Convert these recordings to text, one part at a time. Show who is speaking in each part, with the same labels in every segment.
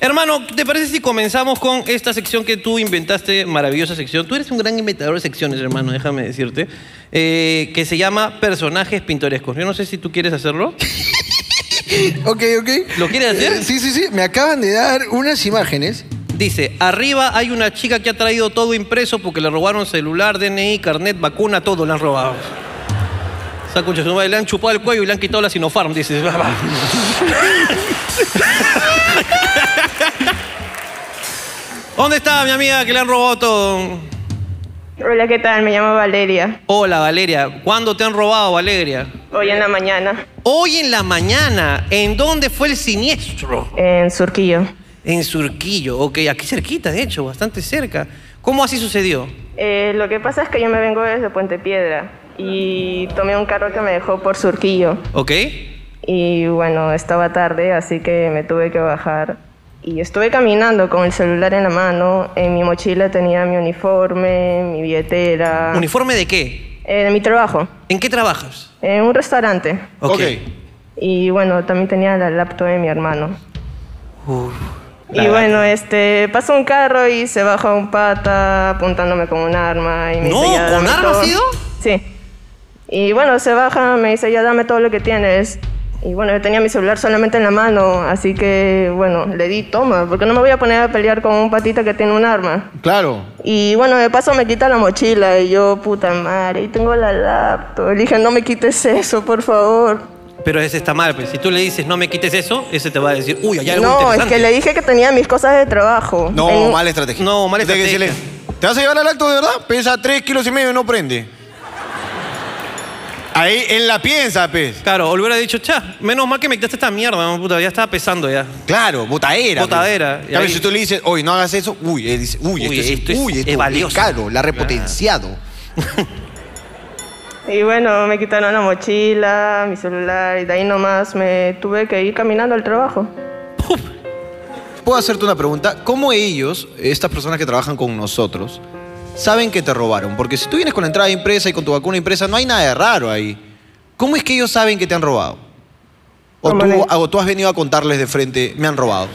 Speaker 1: Hermano, ¿te parece si comenzamos con esta sección que tú inventaste, maravillosa sección? Tú eres un gran inventador de secciones, hermano, déjame decirte, eh, que se llama Personajes Pintorescos. Yo no sé si tú quieres hacerlo.
Speaker 2: Ok, ok.
Speaker 1: ¿Lo quieres hacer?
Speaker 2: Eh, Sí, sí, sí. Me acaban de dar unas imágenes.
Speaker 1: Dice, arriba hay una chica que ha traído todo impreso porque le robaron celular, DNI, carnet, vacuna, todo le han robado. Esa concha de su madre, le han chupado el cuello y le han quitado la Sinopharm, dice. ¿Dónde está mi amiga que le han robado todo?
Speaker 3: Hola, ¿qué tal? Me llamo Valeria.
Speaker 1: Hola, Valeria. ¿Cuándo te han robado, Valeria?
Speaker 3: Hoy en la mañana,
Speaker 1: Hoy en la mañana, ¿en dónde fue el siniestro?
Speaker 3: en Surquillo.
Speaker 1: En Surquillo, ok, aquí cerquita, de hecho, bastante cerca. ¿Cómo así sucedió?
Speaker 3: Eh, lo que pasa es que yo me vengo desde Puente Piedra y tomé un carro que me dejó por Surquillo.
Speaker 1: ¿Ok?
Speaker 3: Y bueno, estaba tarde, así que me tuve que bajar. Y estuve caminando con el celular en la mano. En mi mochila tenía mi uniforme, mi
Speaker 4: Ah.
Speaker 3: billetera.
Speaker 1: ¿Uniforme de qué?
Speaker 3: Eh, de mi trabajo,
Speaker 1: ¿En qué trabajas?
Speaker 3: en un restaurante.
Speaker 1: Ok.
Speaker 3: Y bueno, también tenía la laptop de mi hermano.
Speaker 1: Uf,
Speaker 3: Y bueno, este, pasó un carro y se baja un pata apuntándome con un arma. Y me
Speaker 1: No,
Speaker 3: dice, ya,
Speaker 1: ¿con
Speaker 3: dame
Speaker 1: arma ha
Speaker 3: todo.
Speaker 1: sido?
Speaker 3: Sí. Y bueno, se baja, me dice, ya dame todo lo que tienes. Y bueno, yo tenía mi celular solamente en la mano, así que bueno, le di, toma, porque no me voy a poner a pelear con un patita que tiene un arma.
Speaker 2: Claro.
Speaker 3: Y bueno, de paso me quita la mochila y yo, puta madre, y tengo la laptop. Le dije, no me quites eso, por favor.
Speaker 1: Pero ese está mal, pues. Si tú le dices no me quites eso, ese te va a decir, uy, allá hay algo
Speaker 3: No, es
Speaker 1: interesante".
Speaker 3: que le dije que tenía mis cosas de trabajo.
Speaker 4: No,
Speaker 3: En-
Speaker 4: mala estrategia.
Speaker 1: No, mala
Speaker 4: Tienes que
Speaker 1: estrategia.
Speaker 4: ¿Te vas a llevar al acto de verdad? Pesa 3 kilos y medio y no prende. Ahí él la piensa, pues. pez.
Speaker 1: Claro, o le hubiera dicho, cha, menos mal que me quitaste esta mierda, mamá puta, ya estaba pesando ya.
Speaker 4: Claro, botadera. pues.
Speaker 1: Botadera, y
Speaker 4: Claro,
Speaker 1: ahí-
Speaker 4: si tú le dices, oye, no hagas eso, uy, él dice, uy,
Speaker 1: Uy,
Speaker 4: esto,
Speaker 1: esto es-
Speaker 4: es, uy,
Speaker 1: es
Speaker 4: esto
Speaker 1: valioso.
Speaker 4: caro, la ha repotenciado.
Speaker 3: Y bueno, me quitaron la mochila, mi celular y de ahí nomás me tuve que ir caminando al trabajo.
Speaker 4: Puedo hacerte una pregunta. ¿Cómo ellos, estas personas que trabajan con nosotros, saben que te robaron? Porque si tú vienes con la entrada impresa y con tu vacuna impresa, no hay nada de raro ahí. ¿Cómo es que ellos saben que te han robado? O
Speaker 3: ¿Cómo
Speaker 4: tú, ah,
Speaker 3: le-
Speaker 4: o tú has venido a contarles de frente, me han robado.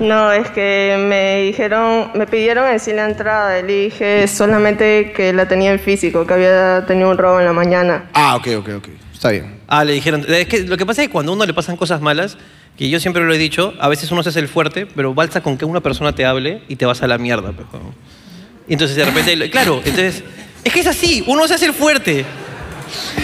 Speaker 3: No, es que me dijeron, me pidieron en sí la entrada, y le dije solamente que la tenía en físico, que había tenido un robo en la mañana.
Speaker 4: Ah, ok, ok, ok. Está bien.
Speaker 1: Ah, le dijeron, es que lo que pasa es que cuando a uno le pasan cosas malas, que yo siempre lo he dicho, a veces uno se hace el fuerte, pero balsa con que una persona te hable y te vas a la mierda, pues, huevón. Y entonces de repente, claro, entonces, es que es así, uno se hace el fuerte.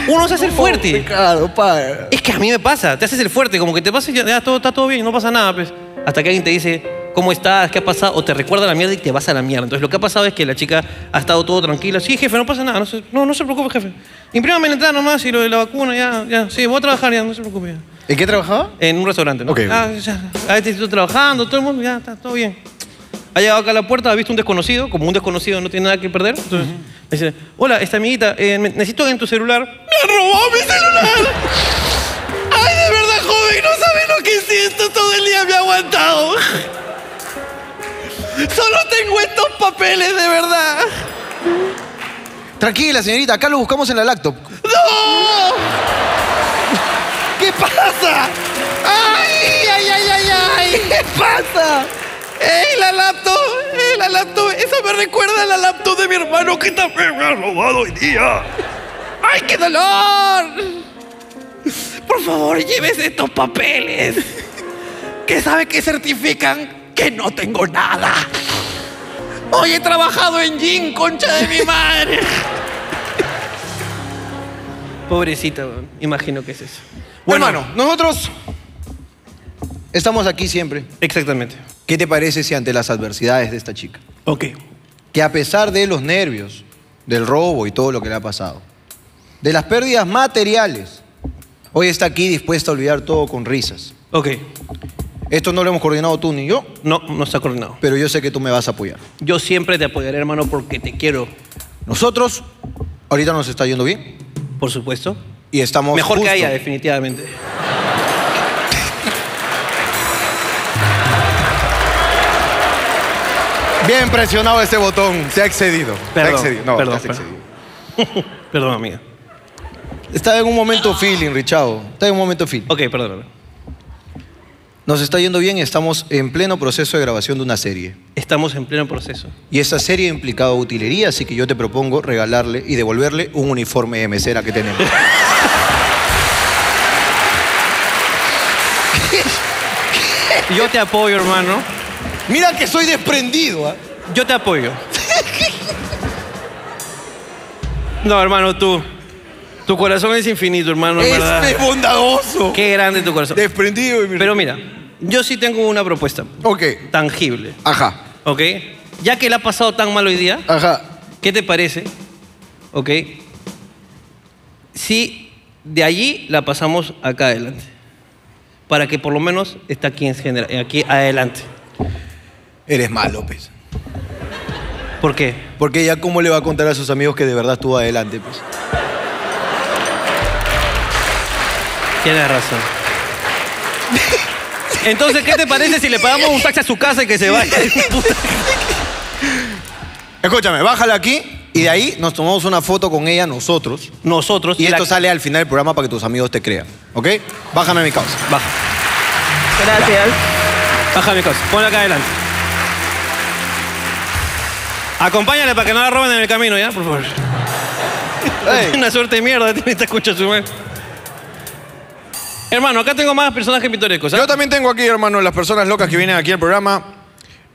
Speaker 1: Uno se hace el fuerte.
Speaker 2: Claro, padre.
Speaker 1: Es que a mí me pasa, te haces el fuerte, como que te pasa y ya, ya, todo, está todo bien, no pasa nada, pues. Hasta que alguien te dice, ¿cómo estás? ¿Qué ha pasado? O te recuerda la mierda y te vas a la mierda. Entonces lo que ha pasado es que la chica ha estado todo tranquila. Sí, jefe, no pasa nada, no se, no, no se preocupe, jefe. Imprímame la entrada nomás y lo de la vacuna, ya, ya. Sí, voy a trabajar, ya, no se preocupe. ya".
Speaker 4: ¿En qué trabajaba?
Speaker 1: En un restaurante, ¿no?
Speaker 4: Ok, ok.
Speaker 1: Ah, ya, ahí te estoy trabajando, todo el mundo, ya, está todo bien. Ha llegado acá a la puerta, ha visto un desconocido, como un desconocido no tiene nada que perder. Entonces, me dice, hola, esta amiguita, eh, me- necesito en tu celular. ¡Me ha robado mi celular! ¡Ay, de verdad, joven! No sabes lo que siento, todo el día me ha aguantado. Solo tengo estos papeles, de verdad.
Speaker 4: Tranquila, señorita, acá lo buscamos en la laptop.
Speaker 1: ¡No!
Speaker 4: ¿Qué pasa?
Speaker 1: ¡Ay, ay, ay, ay, ay! ¿Qué pasa? ¡Ey, la laptop! ¡Ey, la laptop! Eso me recuerda a la laptop de mi hermano que también me ha robado hoy día. ¡Ay, qué dolor! Por favor, llévese estos papeles. Que sabe que certifican que no tengo nada. Hoy he trabajado en gin, concha de mi madre. Pobrecita, imagino que es eso.
Speaker 4: Bueno, hermano, nosotros estamos aquí siempre.
Speaker 1: Exactamente.
Speaker 4: ¿Qué te parece si ante las adversidades de esta chica,
Speaker 1: Ok.
Speaker 4: que a pesar de los nervios, del robo y todo lo que le ha pasado, de las pérdidas materiales, hoy está aquí dispuesta a olvidar todo con risas?
Speaker 1: Ok.
Speaker 4: Esto no lo hemos coordinado tú ni yo,
Speaker 1: No, no está coordinado.
Speaker 4: pero yo sé que tú me vas a apoyar.
Speaker 1: Yo siempre te apoyaré, hermano, porque te quiero,
Speaker 4: Nosotros, ahorita nos está yendo bien
Speaker 1: por supuesto.
Speaker 4: y estamos
Speaker 1: Mejor que
Speaker 4: justo-
Speaker 1: a ella, definitivamente.
Speaker 4: Bien presionado este botón, se ha excedido. se ha
Speaker 1: Perdón,
Speaker 4: excedido. No,
Speaker 1: perdón,
Speaker 4: te has
Speaker 1: perdón.
Speaker 4: excedido.
Speaker 1: Perdón, amiga.
Speaker 4: Está en un momento feeling, Richado. Está en un momento feeling.
Speaker 1: Ok, perdón.
Speaker 4: Nos está yendo bien, estamos en pleno proceso de grabación de una serie.
Speaker 1: Estamos en pleno proceso.
Speaker 4: Y esa serie ha implicado utilería, así que yo te propongo regalarle y devolverle un uniforme de mesera que tenemos.
Speaker 1: Yo te apoyo, hermano.
Speaker 4: Mira que soy desprendido. ¿ah?
Speaker 1: Yo te apoyo. No, hermano, tú. Tu corazón es infinito, hermano, en
Speaker 4: Este
Speaker 1: verdad.
Speaker 4: es bondadoso.
Speaker 1: Qué grande tu corazón.
Speaker 4: Desprendido. y mira-
Speaker 1: Pero mira, yo sí tengo una propuesta
Speaker 5: Ok.
Speaker 1: tangible,
Speaker 5: Ajá.
Speaker 1: ¿ok? Ya que le ha pasado tan mal hoy día,
Speaker 5: Ajá.
Speaker 1: ¿qué te parece? ¿Ok? Si de allí la pasamos acá adelante. Para que por lo menos está aquí, en genera- aquí adelante.
Speaker 4: Eres pues. mal, López.
Speaker 1: ¿Por qué?
Speaker 4: Porque ya cómo le va a contar a sus amigos que de verdad estuvo adelante, pues.
Speaker 1: Tienes razón. Entonces, ¿qué te parece si le pagamos un taxi a su casa y que se vaya? Puta.
Speaker 4: Escúchame, bájala aquí y de ahí nos tomamos una foto con ella nosotros.
Speaker 1: Nosotros.
Speaker 4: Y
Speaker 1: la-
Speaker 4: esto sale al final del programa para que tus amigos te crean. ¿Ok? Bájame mi causa.
Speaker 1: Baja,
Speaker 6: Gracias.
Speaker 1: baja mi cosa. Ponla acá adelante. Acompáñale para que no la roben en el camino, ¿ya? Por favor. Una suerte de mierda, tiene esta escucha su madre. Hermano, acá tengo más personajes pintorescos. ¿ah?
Speaker 4: Yo también tengo aquí, hermano, las personas locas que vienen aquí al programa.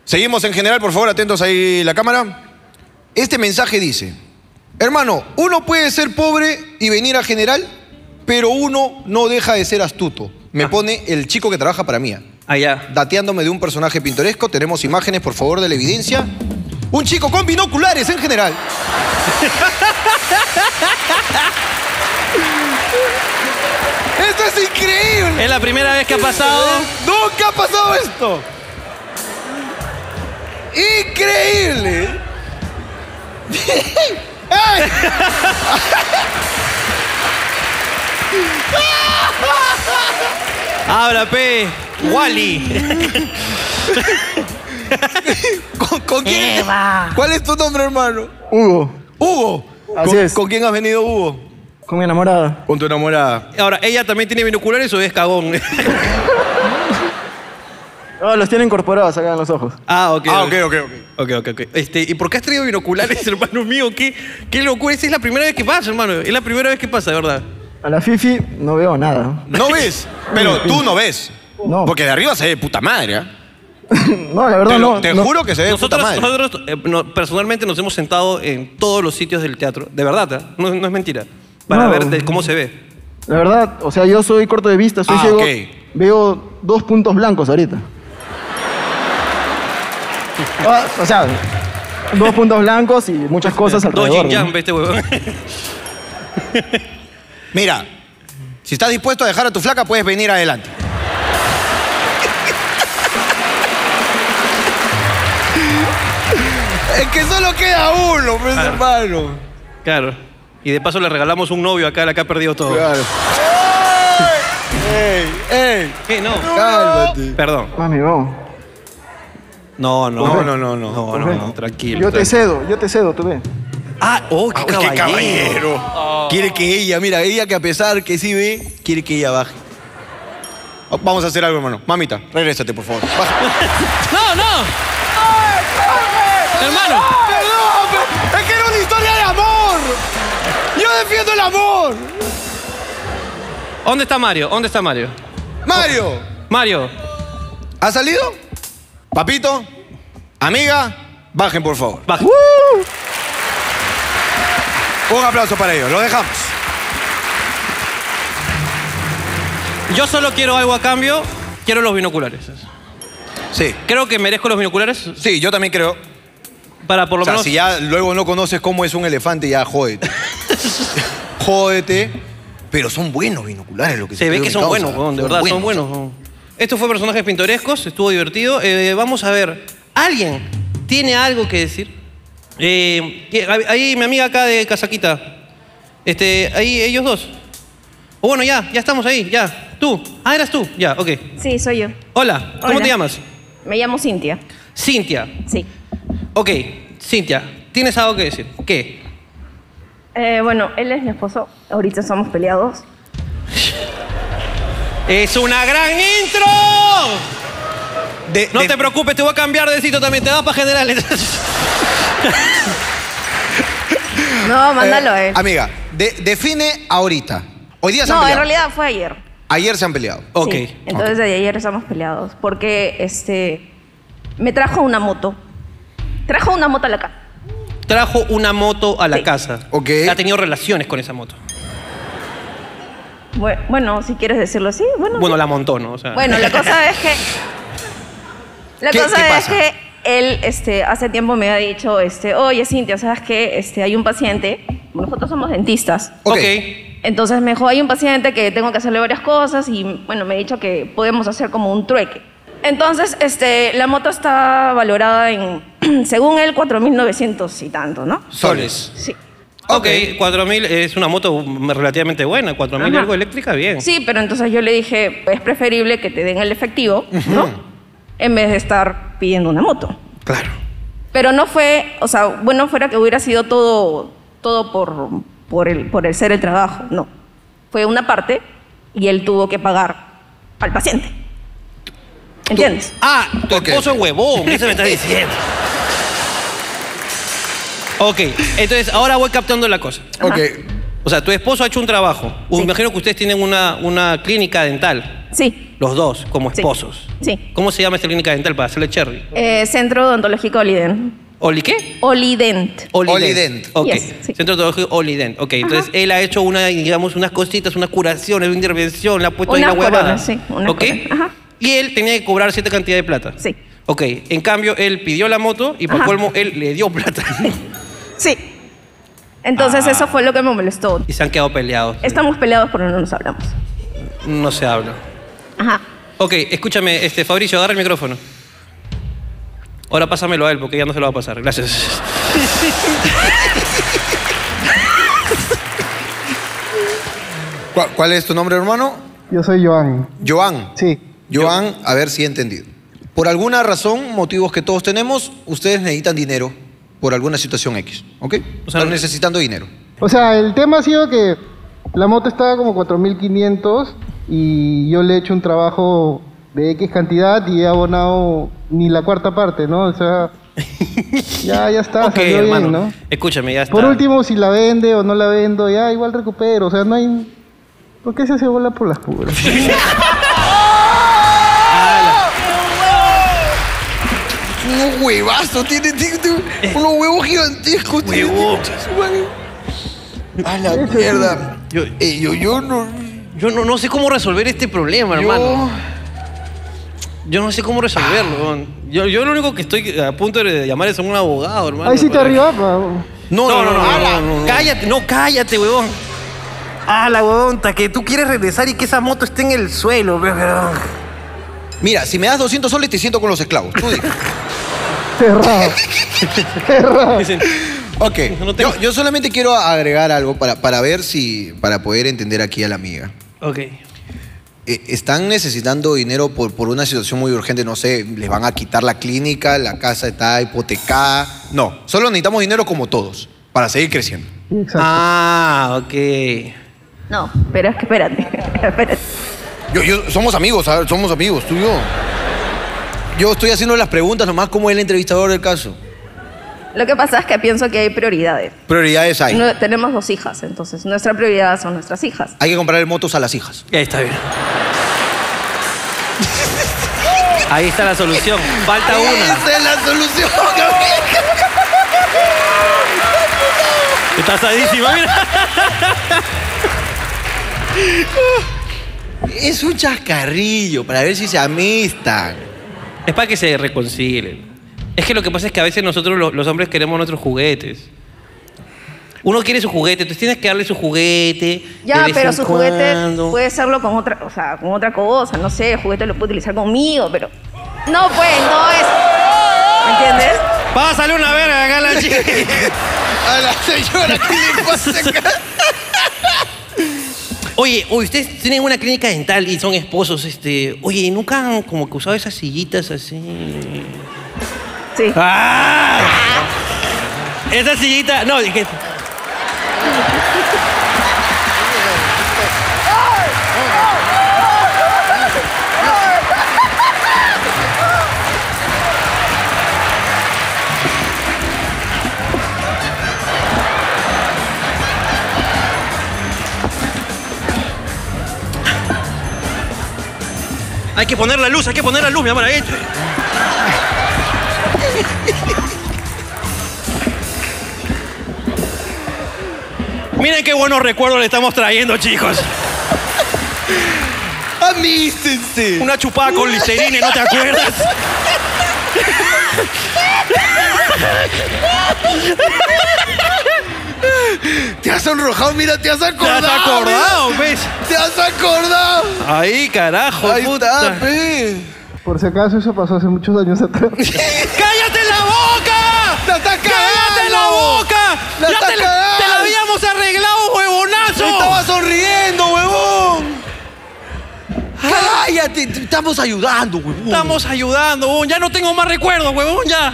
Speaker 4: Seguimos en general, por favor, atentos ahí la cámara. Este mensaje dice, hermano, uno puede ser pobre y venir a general, pero uno no deja de ser astuto.
Speaker 1: Ah.
Speaker 4: Me pone el chico que trabaja para mí. ¿ah?
Speaker 1: Allá.
Speaker 4: Dateándome de un personaje pintoresco, tenemos imágenes, por favor, de la evidencia. Un chico con binoculares en general.
Speaker 5: ¡Esto es increíble!
Speaker 1: Es la primera vez que ha pasado.
Speaker 5: ¡Nunca ha pasado esto! ¡Increíble! ¡Ay!
Speaker 1: Abra, P. Wally.
Speaker 4: ¿Con, con quién? ¿Cuál es tu nombre, hermano?
Speaker 7: Hugo,
Speaker 4: Hugo.
Speaker 7: Así
Speaker 4: ¿Con,
Speaker 7: es.
Speaker 4: ¿Con quién has venido, Hugo?
Speaker 7: con mi enamorada.
Speaker 4: Con tu enamorada.
Speaker 1: Ahora, ¿ella también tiene binoculares o es cagón?
Speaker 7: No, los tiene incorporados acá en los ojos.
Speaker 1: ah, ok.
Speaker 4: ah, ok, ok, ok.
Speaker 1: Ok, ok, ok. Este, ¿Y por qué has traído binoculares, hermano mío? ¿Qué, qué locura? Esa es la primera vez que pasa, hermano. Es la primera vez que pasa, de verdad.
Speaker 7: A la Fifi no veo nada.
Speaker 4: No ves, pero tú no ves.
Speaker 7: No.
Speaker 4: Porque de arriba se ve de puta madre, ¿ah?
Speaker 7: No, la verdad
Speaker 4: Te, lo-
Speaker 7: no.
Speaker 4: te
Speaker 7: no.
Speaker 4: juro que se ve de puta
Speaker 1: Nosotros,
Speaker 4: madre.
Speaker 1: nosotros, eh, no, personalmente nos hemos sentado en todos los sitios del teatro, de verdad, ¿ah? no, no es mentira, para
Speaker 7: No.
Speaker 1: ver de- cómo se ve.
Speaker 7: La verdad, o sea, yo soy corto de vista, soy
Speaker 4: Ah,
Speaker 7: ciego.
Speaker 4: ok.
Speaker 7: Veo dos puntos blancos ahorita. Ah, o sea, dos puntos blancos y muchas cosas
Speaker 1: Dos
Speaker 7: alrededor.
Speaker 1: Jin
Speaker 7: ¿no?
Speaker 1: Yang, ve este huevón.
Speaker 4: Mira, si estás dispuesto a dejar a tu flaca, puedes venir adelante.
Speaker 5: Es que solo queda uno, pues,
Speaker 1: Ah.
Speaker 5: hermano.
Speaker 1: claro. Y de paso le regalamos un novio acá, la que ha perdido todo.
Speaker 5: ¡Ey! ¡Ey!
Speaker 1: ¿Qué? No.
Speaker 5: ¡Cálmate!
Speaker 1: Perdón.
Speaker 7: Mami, vamos.
Speaker 1: No, no.
Speaker 4: No, no, no, no.
Speaker 1: No, no, no, tranquilo.
Speaker 7: Yo te
Speaker 1: tranquilo.
Speaker 7: cedo, yo te cedo, tú ves.
Speaker 1: Ah, oh, qué caballero.
Speaker 4: Quiere que ella, mira, ella que a pesar que sí ve, quiere que ella baje. Oh, Vamos a hacer algo, hermano. Mamita, regrésate, por favor. Baja.
Speaker 1: No, no. Hermano.
Speaker 5: ¡Perdón! pero ¡Es que era una historia de amor! ¡Yo defiendo el amor!
Speaker 1: ¿Dónde está Mario? ¿Dónde está Mario?
Speaker 4: Mario,
Speaker 1: Mario.
Speaker 4: ¿ha salido? Papito, amiga, bajen, por favor.
Speaker 1: Baja.
Speaker 4: Un aplauso para ellos, lo dejamos.
Speaker 1: Yo solo quiero algo a cambio. Quiero los binoculares.
Speaker 4: Sí.
Speaker 1: Creo que merezco los binoculares
Speaker 4: Sí, yo también creo.
Speaker 1: para por lo
Speaker 4: O sea,
Speaker 1: menos.
Speaker 4: si ya luego no conoces cómo es un elefante, ya jódete. jódete. Pero son buenos binoculares lo que
Speaker 1: se ve que son buenos, huevón, de verdad, son buenos. huevón. Esto fue personajes pintorescos, estuvo divertido. Eh, vamos a ver, ¿alguien tiene algo que decir? Eh, que- ahí- ahí mi amiga acá de Casaquita. Este, ahí ellos dos. O bueno, ya, ya estamos ahí, ya. Tú. Ah, eras tú. Ya, ok.
Speaker 8: Sí, soy yo.
Speaker 1: Hola, ¿cómo
Speaker 8: Hola.
Speaker 1: te llamas?
Speaker 8: Me llamo Cintia.
Speaker 1: Cintia.
Speaker 8: Sí.
Speaker 1: Ok, Cintia, ¿tienes algo que decir? ¿Qué?
Speaker 8: Eh, bueno, él es mi esposo. Ahorita somos peleados.
Speaker 1: ¡Es una gran intro! ¡Perdón!
Speaker 5: De-
Speaker 1: No
Speaker 5: de-
Speaker 1: te preocupes, te voy a cambiar de sitio también. Te vas para general.
Speaker 8: No, mándalo a él.
Speaker 4: Eh, Amiga, de- define ahorita. Hoy día se han
Speaker 8: No, en
Speaker 4: peleado.
Speaker 8: realidad fue ayer.
Speaker 4: Ayer se han peleado.
Speaker 1: ok.
Speaker 8: Sí, Entonces de ayer estamos peleados porque este me trajo una moto. Trajo una moto a la casa.
Speaker 1: Trajo una moto a la
Speaker 8: Sí.
Speaker 1: casa.
Speaker 4: Ok.
Speaker 1: Ha tenido relaciones con esa moto.
Speaker 8: Bue- Bueno, si quieres decirlo así, bueno.
Speaker 1: Bueno,
Speaker 8: sí.
Speaker 1: la montó, ¿no? O sea,
Speaker 8: Bueno, la cosa es que la
Speaker 4: Ah. ¿Qué-
Speaker 8: cosa
Speaker 4: qué
Speaker 8: es
Speaker 4: pasa?
Speaker 8: que él este hace tiempo me ha dicho este, "Oye, Cintia, sabes que este hay un paciente, nosotros somos dentistas."
Speaker 4: Ok.
Speaker 1: ok.
Speaker 8: Entonces me dijo, hay un paciente que tengo que hacerle varias cosas y bueno, me ha dicho que podemos hacer como un trueque. Entonces, este, la moto está valorada en, según él, 4.900 y tanto, ¿no?
Speaker 1: Soles.
Speaker 8: Sí.
Speaker 1: Ok, 4000 es una moto relativamente buena. 4000
Speaker 8: Ajá.
Speaker 1: algo eléctrica, bien.
Speaker 8: Sí, pero entonces yo le dije, es preferible que te den el efectivo, ¿no? En vez de estar pidiendo una moto.
Speaker 1: Claro.
Speaker 8: Pero no fue, o sea, bueno fuera que hubiera sido todo, todo por, por, el, por el ser el trabajo, no. Fue una parte y él tuvo que pagar al paciente. ¿Entiendes?
Speaker 1: Ah, tu
Speaker 4: Ok.
Speaker 1: esposo es huevón, eso me estás diciendo. Ok, entonces ahora voy captando la cosa.
Speaker 4: Ok.
Speaker 1: O sea, tu esposo ha hecho un trabajo. Me Imagino que ustedes tienen una, una clínica dental,
Speaker 8: Sí.
Speaker 1: los dos, como
Speaker 8: Sí.
Speaker 1: esposos.
Speaker 8: Sí.
Speaker 1: ¿Cómo se llama esta clínica dental para hacerle cherry?
Speaker 8: Eh, Centro Odontológico Olident.
Speaker 1: ¿Oli qué?
Speaker 8: Olident.
Speaker 4: Olident.
Speaker 1: Ok.
Speaker 8: Yes, sí.
Speaker 1: Centro Teológico Olident. Ok, entonces él ha hecho una, digamos, unas cositas, unas curaciones, una intervención, le ha puesto ahí
Speaker 8: Unas
Speaker 1: la huevada.
Speaker 8: coronas, sí, unas
Speaker 1: ok.
Speaker 8: coronas, ajá.
Speaker 1: Y él tenía que cobrar cierta cantidad de plata.
Speaker 8: Sí.
Speaker 1: Ok, en cambio él pidió la moto y para
Speaker 8: Ajá.
Speaker 1: colmo él le dio plata.
Speaker 8: Sí.
Speaker 1: Ah.
Speaker 8: Entonces eso fue lo que me molestó.
Speaker 1: y se han quedado peleados.
Speaker 8: Estamos peleados, pero no nos hablamos.
Speaker 1: No se habla.
Speaker 8: Ajá.
Speaker 1: Ok, escúchame, este, Fabricio, agarra el micrófono. Ahora pásamelo a él porque ya no se lo va a pasar. Gracias.
Speaker 4: ¿Cuál, cuál es tu nombre, hermano?
Speaker 9: Yo soy Joan.
Speaker 4: Joan.
Speaker 9: Sí.
Speaker 4: Joan, a ver si he entendido. Por alguna razón, motivos que todos tenemos, ustedes necesitan dinero por alguna situación X, ¿ok?
Speaker 1: O sea,
Speaker 4: Están necesitando dinero.
Speaker 9: O sea, el tema ha sido que la moto estaba como 4500 y yo le he hecho un trabajo de X cantidad y he abonado ni la cuarta parte, ¿no? O sea, ya, ya está,
Speaker 1: ok,
Speaker 9: salió
Speaker 1: hermano.
Speaker 9: bien, ¿no?
Speaker 1: Escúchame, ya está.
Speaker 9: Por último, si la vende o no la vendo, ya igual recupero. O sea, no hay. ¿Por qué se hace bola por las puras?
Speaker 4: Unos huevazos, tiene, tiene- tiene unos huevos gigantescos. tiene- A la mierda.
Speaker 1: Yo-
Speaker 4: Eh, yo, yo no.
Speaker 1: Yo no, no sé cómo resolver este problema, hermano. Yo no sé cómo resolverlo. weón. Yo, yo lo único que estoy a punto de llamar es a un abogado, hermano.
Speaker 9: Ahí sí te pues.
Speaker 1: para-
Speaker 9: arriba, pa.
Speaker 1: No, no, no, no,
Speaker 4: no,
Speaker 1: no,
Speaker 4: no, no.
Speaker 1: Cállate, no, cállate, huevón. Ah, la huevón, ta que tú quieres regresar y que esa moto esté en el suelo, pe, huevón.
Speaker 4: Mira, si me das 200 soles, te siento con los esclavos. Tú di.
Speaker 9: Cerrado. Cerrado.
Speaker 1: Dicen,
Speaker 4: Ok,
Speaker 1: No tengo-
Speaker 4: yo, yo solamente quiero agregar algo para, para ver si, para poder entender aquí a la amiga.
Speaker 1: Ok.
Speaker 4: Eh, están necesitando dinero por, por una situación muy urgente, no sé, les van a quitar la clínica, la casa está hipotecada. No, solo necesitamos dinero como todos, para seguir creciendo.
Speaker 9: Exacto.
Speaker 1: Ah, ok.
Speaker 8: No, pero es que espérate. espérate.
Speaker 4: Yo, yo- somos amigos, ¿sabes? somos amigos, tú y yo. Yo estoy haciendo las preguntas nomás como el entrevistador del caso.
Speaker 8: Lo que pasa es que pienso que hay prioridades.
Speaker 4: Prioridades hay.
Speaker 8: No- tenemos dos hijas, entonces nuestra prioridad son nuestras hijas.
Speaker 4: Hay que comprarle motos a las hijas.
Speaker 1: Ahí está bien. Ahí está la solución. Falta una.
Speaker 4: es la solución,
Speaker 1: Estás sadísima, mira.
Speaker 4: Es un chascarrillo para ver si se amistan.
Speaker 1: Es para que se reconcilien. Es que lo que pasa es que a veces nosotros lo- los hombres queremos nuestros juguetes. Uno quiere su juguete, entonces tienes que darle su juguete. de
Speaker 8: Ya,
Speaker 1: vez
Speaker 8: pero
Speaker 1: en
Speaker 8: su juguete
Speaker 1: cuando.
Speaker 8: puede serlo con otra, o sea, con otra cosa, no sé, el juguete lo puede utilizar conmigo, pero no pues, no es ¿Me entiendes?
Speaker 1: Pásale una verga acá a la chica.
Speaker 4: A la señora, ¿qué le pasa acá?
Speaker 1: Oye, oye, ustedes tienen una clínica dental y son esposos, este. Oye, ¿nunca han como que usado esas sillitas así?
Speaker 8: Sí.
Speaker 1: ¡Ah! Esa sillita. No, dije.
Speaker 5: Hay que poner la luz, hay que poner la luz, mi amor. ahí. Miren qué buenos recuerdos le estamos trayendo, chicos.
Speaker 10: Amístense.
Speaker 5: Una chupada con listerine, ¿no te acuerdas?
Speaker 10: Te has sonrojado, mira, te has
Speaker 5: ¿Te
Speaker 10: acordado.
Speaker 5: has acordado, ves?
Speaker 10: mira, Te has acordado.
Speaker 5: Ahí, carajo,
Speaker 10: Ahí
Speaker 5: puta.
Speaker 10: está, pe.
Speaker 9: Por si acaso eso pasó hace muchos años atrás.
Speaker 5: ¡Cállate la boca!
Speaker 10: ¡Te está
Speaker 5: ¡Cállate la boca!
Speaker 10: ¡La
Speaker 5: ¡Ya
Speaker 10: está
Speaker 5: te, la,
Speaker 10: cagando!
Speaker 5: te la habíamos arreglado, huevonazo!
Speaker 10: Estaba sonriendo, huevón. Cállate, te estamos ayudando, huevón.
Speaker 5: Estamos ayudando, huevón. Ya no tengo más recuerdos, huevón, ya.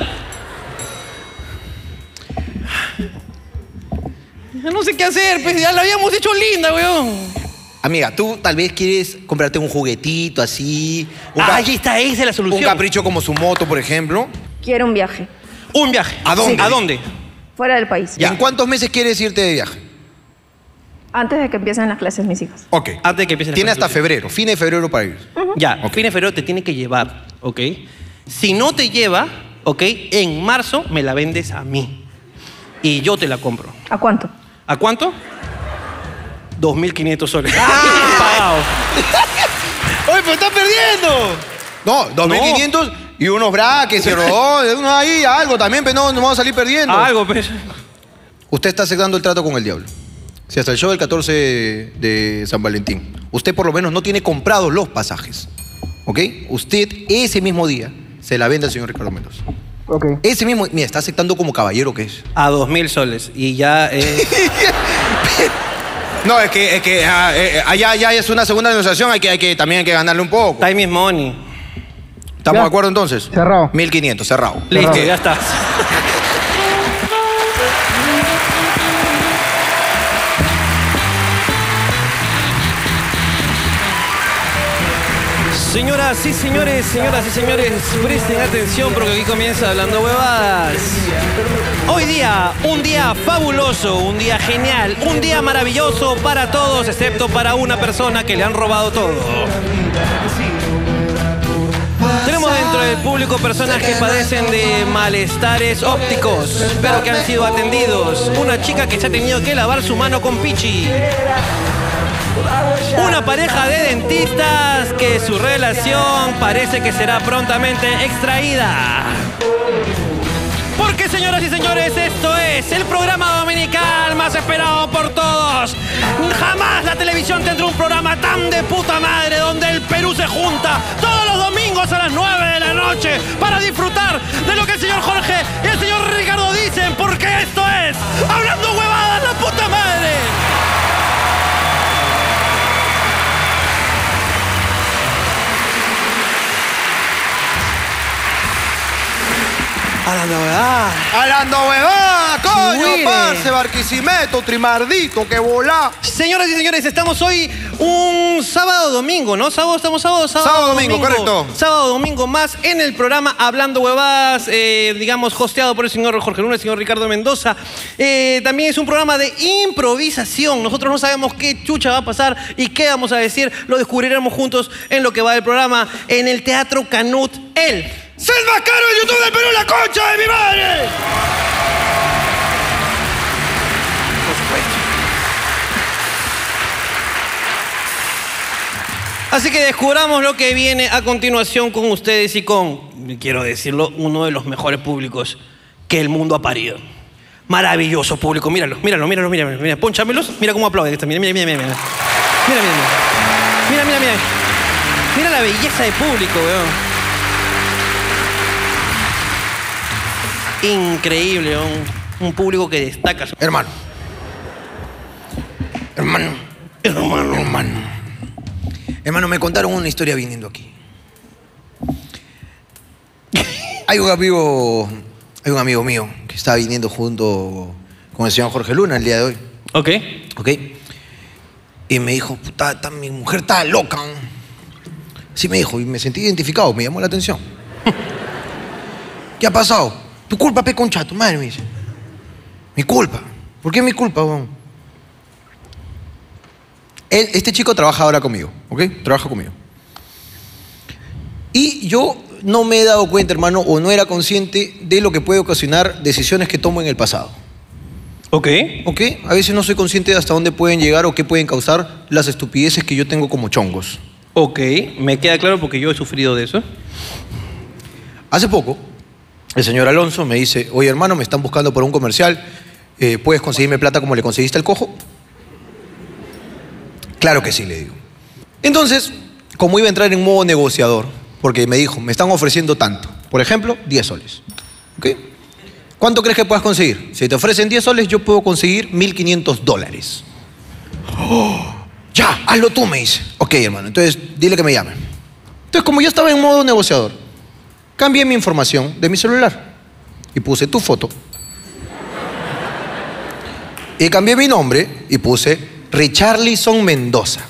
Speaker 5: Ya no sé qué hacer, pues ya la habíamos hecho linda, huevón.
Speaker 11: Amiga, tú tal vez quieres comprarte un juguetito así. Un, ca-
Speaker 1: Ah, Ahí está, esa es la
Speaker 11: un
Speaker 1: solución.
Speaker 11: capricho como su moto, por ejemplo.
Speaker 8: Quiero un viaje
Speaker 1: Un viaje.
Speaker 11: ¿A dónde?
Speaker 1: ¿A dónde?
Speaker 8: fuera del país.
Speaker 11: Ya.
Speaker 4: ¿En cuántos meses quieres irte de viaje?
Speaker 8: Antes de que empiecen las clases mis hijos.
Speaker 11: Ok.
Speaker 1: Antes de que empiece la
Speaker 4: Tiene hasta
Speaker 1: solución.
Speaker 4: febrero, fin de febrero para ir.
Speaker 1: Ya, Fines Febrero te tiene que llevar, ¿ok? Si no te lleva, ¿ok? En marzo me la vendes a mí. Y yo te la compro.
Speaker 8: ¿A cuánto?
Speaker 1: ¿A cuánto? 2.500 soles.
Speaker 4: Ah.
Speaker 1: Pagado.
Speaker 10: Oye, pero estás perdiendo.
Speaker 4: No, 2500 y unos braques, y rodones, uno ahí, algo también, pero no, no vamos a salir perdiendo.
Speaker 1: Algo, pues.
Speaker 4: Usted está aceptando el trato con el diablo. Si hasta el show del 14 de San Valentín, usted por lo menos no tiene comprados los pasajes. ¿Ok? Usted ese mismo día se la vende al señor Ricardo Mendoza.
Speaker 9: Ok.
Speaker 4: Ese mismo, mira, está aceptando como caballero que es.
Speaker 1: A 2.000 soles. Y ya. eh,
Speaker 4: No, es que, es que ah, eh, allá ya es una segunda negociación, hay que, hay que, también hay que ganarle un poco.
Speaker 1: time is money.
Speaker 4: ¿Estamos
Speaker 9: Ya.
Speaker 4: de acuerdo entonces?
Speaker 9: Cerrado.
Speaker 4: 1500, cerrado.
Speaker 1: Listo,
Speaker 4: Ok.
Speaker 1: ya está. Señoras y señores, señoras y señores, presten atención porque aquí comienza hablando huevadas. Hoy día, un día fabuloso, un día genial, un día maravilloso para todos, excepto para una persona que le han robado todo. Tenemos dentro del público personas que padecen de malestares ópticos, pero que han sido atendidos. Una chica que se ha tenido que lavar su mano con pichi. Una pareja de dentistas que su relación parece que será prontamente extraída. Porque señoras y señores, esto es el programa dominical más esperado por todos. Jamás la televisión tendrá un programa tan de puta madre donde el Perú se junta todos los domingos a las 9 de la noche para disfrutar de lo que el señor Jorge y el señor Ricardo dicen, porque esto es Hablando Huevadas la puta madre.
Speaker 10: A la novedad.
Speaker 4: Hablando huevada,
Speaker 10: Güey.
Speaker 4: coño, parce, barquisimeto, trimardito, que volá.
Speaker 1: Señoras y señores, estamos hoy un sábado domingo, ¿no? Sábado, estamos sábado, sábado.
Speaker 4: Sábado, domingo, correcto.
Speaker 1: Sábado domingo más en el programa Hablando Huevadas, eh, digamos, hosteado por el señor Jorge Luna, el señor Ricardo Mendoza. Eh, también es un programa de improvisación. Nosotros no sabemos qué chucha va a pasar y qué vamos a decir. Lo descubriremos juntos en lo que va del programa en el Teatro Canut El.
Speaker 5: ¡Sed más caro el YouTube del Perú, la concha de mi madre!
Speaker 1: Así que descubramos lo que viene a continuación con ustedes y con, quiero decirlo, uno de los mejores públicos que el mundo ha parido. Maravilloso público, míralo, míralo, míralo, míralo, mira, ponchamelos, mira cómo aplauden esto, mira, mira, mira, mira, mira, mira, mira, mira, mira, mira, mira, mira la belleza de público, weón. Increíble, weón. un público que destaca.
Speaker 4: Hermano. Hermano. Hermano. Hermano. Hermano, me contaron una historia viniendo aquí. Hay un amigo, hay un amigo mío que está viniendo junto con el señor Jorge Luna el día de hoy,
Speaker 1: Ok.
Speaker 4: ¿ok? Y me dijo, puta, está- mi mujer está loca. ¿no?". Sí me dijo, y me sentí identificado, me llamó la atención. ¿Qué ha pasado? Tu culpa, pe concha, tu madre me dice. Mi culpa. ¿Por qué mi culpa, weón? Él- este chico trabaja ahora conmigo, ¿ok? Trabaja conmigo. Y yo no me he dado cuenta, hermano, o no era consciente de lo que puede ocasionar decisiones que tomo en el pasado.
Speaker 1: Ok.
Speaker 4: ¿Ok? A veces no soy consciente de hasta dónde pueden llegar o qué pueden causar las estupideces que yo tengo como chongos.
Speaker 1: Ok, me queda claro porque yo he sufrido de eso.
Speaker 4: Hace poco, el señor Alonso me dice, oye hermano, me están buscando por un comercial, eh, ¿puedes conseguirme plata como le conseguiste al cojo? Claro que sí, le digo. Entonces, como iba a entrar en modo negociador, porque me dijo, me están ofreciendo tanto, por ejemplo, 10 soles. ¿Ok? ¿Cuánto crees que puedas conseguir? Si te ofrecen 10 soles, yo puedo conseguir 1.500 dólares. "Oh, ya, hazlo tú, me dice. Ok, hermano, entonces dile que me llame. Entonces, como yo estaba en modo negociador, cambié mi información de mi celular y puse tu foto. Y cambié mi nombre y puse Richarlison Mendoza,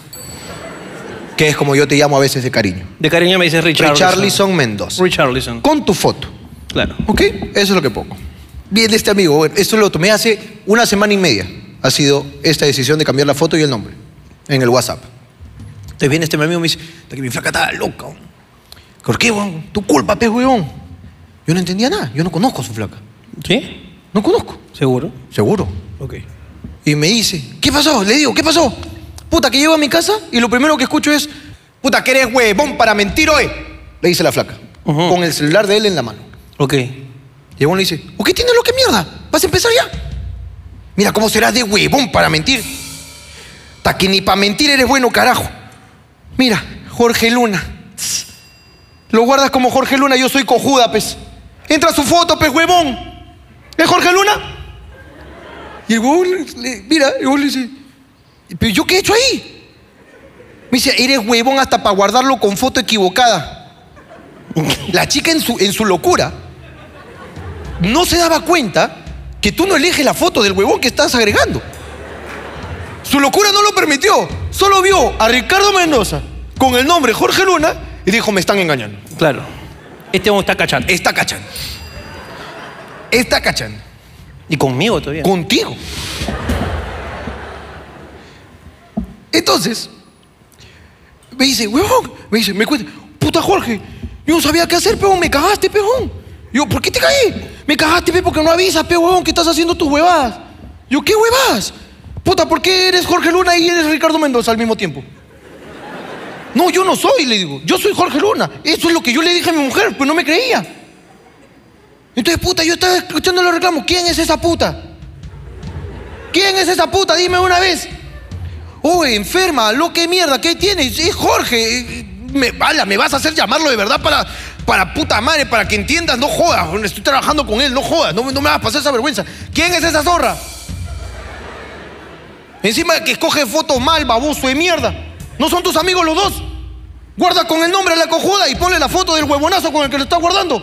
Speaker 4: que es como yo te llamo a veces de cariño.
Speaker 1: De cariño me dice Richard.
Speaker 4: Richarlison Mendoza.
Speaker 1: Richarlison.
Speaker 4: Con tu foto.
Speaker 1: Claro.
Speaker 4: ¿Ok? Eso es lo que pongo. Bien, este amigo, bueno, esto lo tomé hace una semana y media. Ha sido esta decisión de cambiar la foto y el nombre en el WhatsApp. Entonces viene este amigo y me dice, "Puta, que mi flaca estaba loca. weón". ¿Por qué, weón? Tu culpa, pe, weón. Yo no entendía nada. Yo no conozco a su flaca.
Speaker 1: ¿Sí?
Speaker 4: No conozco.
Speaker 1: ¿Seguro?
Speaker 4: Seguro.
Speaker 1: Ok.
Speaker 4: Y me dice, ¿qué pasó? Le digo, ¿qué pasó? Puta, que llego a mi casa y lo primero que escucho es, puta, que eres huevón para mentir hoy. Le dice la flaca,
Speaker 1: Ujú.
Speaker 4: con el celular de él en la mano.
Speaker 1: Ok.
Speaker 4: Y el huevón le dice, ¿o qué tienes lo que mierda? ¿Vas a empezar ya? Mira, ¿cómo serás de huevón para mentir? Ta que ni para mentir eres bueno, carajo. Mira, Jorge Luna. Tss. Lo guardas como Jorge Luna, yo soy cojuda, pez. Entra su foto, pez, huevón. ¿Es Jorge Luna? Y el huevón, le- mira, el huevón le dice, ¿pero yo qué he hecho ahí? Me dice, eres huevón hasta para guardarlo con foto equivocada. La chica en su, en su locura no se daba cuenta que tú no eliges la foto del huevón que estás agregando. Su locura no lo permitió. Solo vio a Ricardo Mendoza con el nombre Jorge Luna y dijo, me están engañando.
Speaker 1: Claro. Este hombre está cachando.
Speaker 4: Está cachando. Está cachando.
Speaker 1: Y conmigo todavía.
Speaker 4: Contigo. Entonces, me dice, huevón, me dice, me cuenta, puta Jorge, yo no sabía qué hacer, peón, me cagaste, peón. Yo, ¿por qué te caí? Me cagaste, pe, porque no avisas, peón, que estás haciendo tus huevadas. Yo, ¿qué huevadas? Puta, ¿por qué eres Jorge Luna y eres Ricardo Mendoza al mismo tiempo? No, yo no soy, le digo, yo soy Jorge Luna. Eso es lo que yo le dije a mi mujer, pues no me creía. Entonces, puta, yo estaba escuchando los reclamos. ¿Quién es esa puta? ¿Quién es esa puta? Dime una vez. Oh, enferma, lo que mierda, ¿qué tienes? Es Jorge. eh, Me, ala, me vas a hacer llamarlo de verdad para, para puta madre, para que entiendas, no jodas. Estoy trabajando con él, no jodas, no, no me vas a pasar esa vergüenza. ¿Quién es esa zorra? Encima que escoge fotos mal, baboso de mierda. ¿No son tus amigos los dos? Guarda con el nombre a la cojuda y ponle la foto del huevonazo con el que lo estás guardando.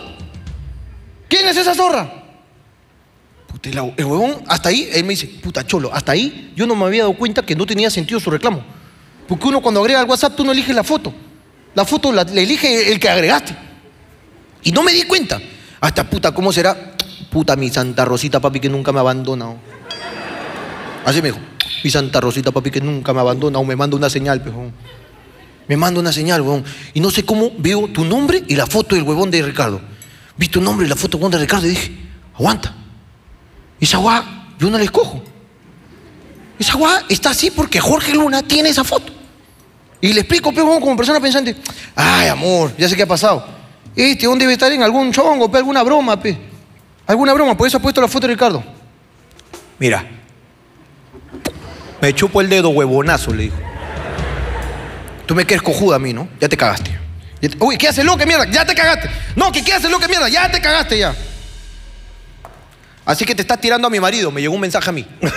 Speaker 4: ¿Quién es esa zorra? Puta, el hue- el huevón, hasta ahí, él me dice, puta cholo, hasta ahí yo no me había dado cuenta que no tenía sentido su reclamo. Porque uno cuando agrega al WhatsApp, tú no eliges la foto. La foto la, la elige el que agregaste. Y no me di cuenta. Hasta puta, ¿cómo será? Puta, mi Santa Rosita, papi, que nunca me ha abandonado. Así me dijo, mi Santa Rosita, papi, que nunca me ha abandonado. Me manda una señal, pejón. Me manda una señal, huevón. Y no sé cómo veo tu nombre y la foto del huevón de Ricardo. Vi tu nombre y la foto del huevón de Ricardo y dije, aguanta. Esa guá, yo no la escojo. Esa guá está así porque Jorge Luna tiene esa foto. Y le explico, pero como persona pensante, ay, amor, ya sé qué ha pasado. Este, ¿dónde debe estar en algún chongo, pe, alguna broma, pe? Alguna broma, por eso ha puesto la foto de Ricardo. Mira. Me chupo el dedo, huevonazo, le dijo. Tú me quieres cojuda a mí, ¿no? Ya te cagaste. Ya te- Uy, ¿qué haces loca, mierda? Ya te cagaste. No, que qué haces loca, mierda? Ya te cagaste, ya. Así que te estás tirando a mi marido. Me llegó un mensaje a mí.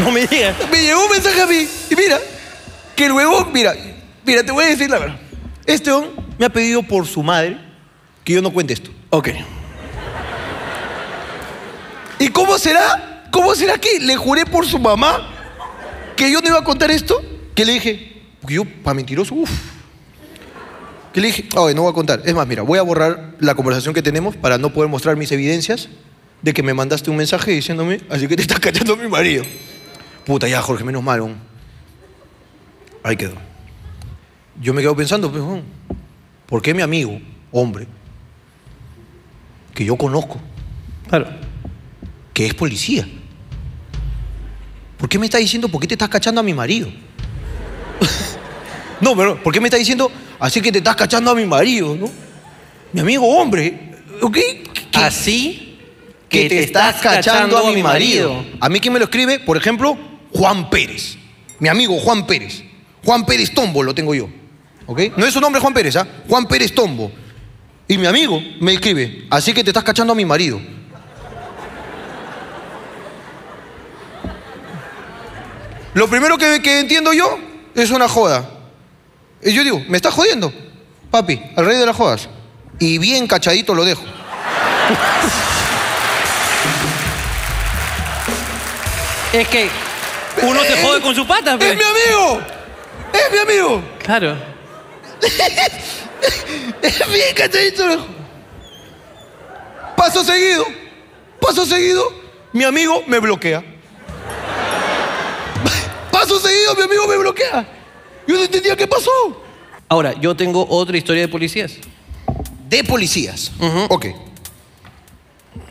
Speaker 1: No me digas.
Speaker 4: Me llegó un mensaje a mí. Y mira, que el huevón, mira, mira, te voy a decir la verdad. Este hombre me ha pedido por su madre que yo no cuente esto.
Speaker 1: Ok.
Speaker 4: ¿Y cómo será? ¿Cómo será que le juré por su mamá que yo no iba a contar esto? Que le dije, porque yo, para mentiroso, uff. Que le dije, oye, no voy a contar. Es más, mira, voy a borrar la conversación que tenemos para no poder mostrar mis evidencias de que me mandaste un mensaje diciéndome, así que te estás cachando a mi marido. Puta, ya, Jorge, menos mal. aún. Ahí quedó. Yo me quedo pensando, pues, weón, ¿por qué mi amigo, hombre, que yo conozco,
Speaker 1: Claro.
Speaker 4: que es policía, ¿por qué me está diciendo, por qué te estás cachando a mi marido? no, pero ¿por qué me está diciendo, así que te estás cachando a mi marido, no? Mi amigo, hombre, ¿ok? ¿Qué-
Speaker 1: Así
Speaker 4: que te estás cachando a mi marido. A mí quién me lo escribe, por ejemplo, Juan Pérez. Mi amigo Juan Pérez. Juan Pérez Tombo lo tengo yo. ¿Ok? No es su nombre Juan Pérez, ¿ah? Juan Pérez Tombo. Y mi amigo me escribe, así que te estás cachando a mi marido. Lo primero que, que entiendo yo es una joda. Y yo digo, ¿me estás jodiendo? Papi, al rey de las jodas. Y bien cachadito lo dejo.
Speaker 1: Es que uno se jode con su pata,
Speaker 4: ¡Es
Speaker 1: pues.
Speaker 4: mi amigo! ¡Es mi amigo!
Speaker 1: Claro.
Speaker 4: Bien cachadito. loco. Paso seguido. Paso seguido. Mi amigo me bloquea. Paso seguido, mi amigo me bloquea. Yo no entendía qué pasó.
Speaker 1: Ahora, yo tengo otra historia de policías.
Speaker 4: De policías. Ok.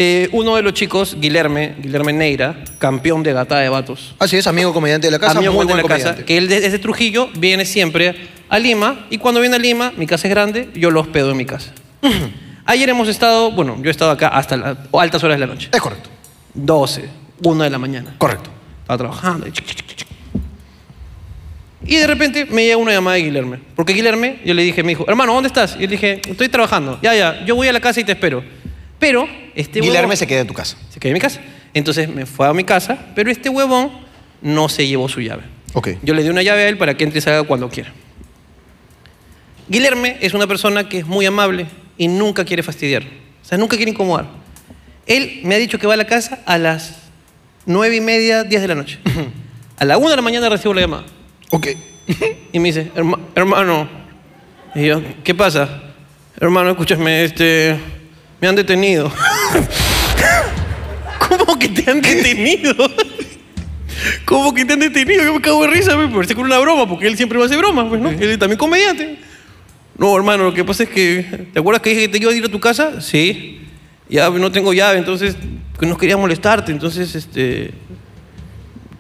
Speaker 1: Eh, uno de los chicos, Guilherme, Guilherme Neira, campeón de gata de vatos.
Speaker 4: Así Ah, es, amigo comediante de la casa.
Speaker 1: amigo
Speaker 4: muy
Speaker 1: de
Speaker 4: buen
Speaker 1: la casa,
Speaker 4: comediante.
Speaker 1: que él desde Trujillo viene siempre a Lima y cuando viene a Lima, mi casa es grande, yo lo hospedo en mi casa. Ayer hemos estado, bueno, yo he estado acá hasta las altas horas de la noche.
Speaker 4: Es correcto.
Speaker 1: 12, 1 de la mañana.
Speaker 4: Correcto.
Speaker 1: Estaba trabajando. y chic, chic, chic, chic. Y de repente me llega una llamada de Guilherme. Porque Guilherme, yo le dije, me dijo, hermano, ¿dónde estás? Y yo le dije, estoy trabajando. Ya, ya, yo voy a la casa y te espero. Pero este
Speaker 4: Guilherme
Speaker 1: huevón-
Speaker 4: se queda en tu casa.
Speaker 1: se quedó en mi casa. Entonces me fue a mi casa, pero este huevón no se llevó su llave.
Speaker 4: Ok.
Speaker 1: Yo le di una llave a él para que entre y salga cuando quiera. Guilherme es una persona que es muy amable y nunca quiere fastidiar. O sea, nunca quiere incomodar. Él me ha dicho que va a la casa a las nueve y media, diez de la noche. A la una de la mañana recibo la llamada.
Speaker 4: Ok.
Speaker 1: Y me dice, "Herma- hermano. Y yo, ¿qué pasa? Hermano, escúchame, este. Me han detenido. ¿Cómo que te han detenido? ¿Cómo que te han detenido? Yo me cago de risa, me parece que era una broma, porque él siempre va a hacer bromas, pues, ¿no? Él es también comediante. No, hermano, lo que pasa es que. ¿Te acuerdas que dije que te iba a ir a tu casa? Sí. Ya pues, no tengo llave, entonces. que No quería molestarte, entonces, este.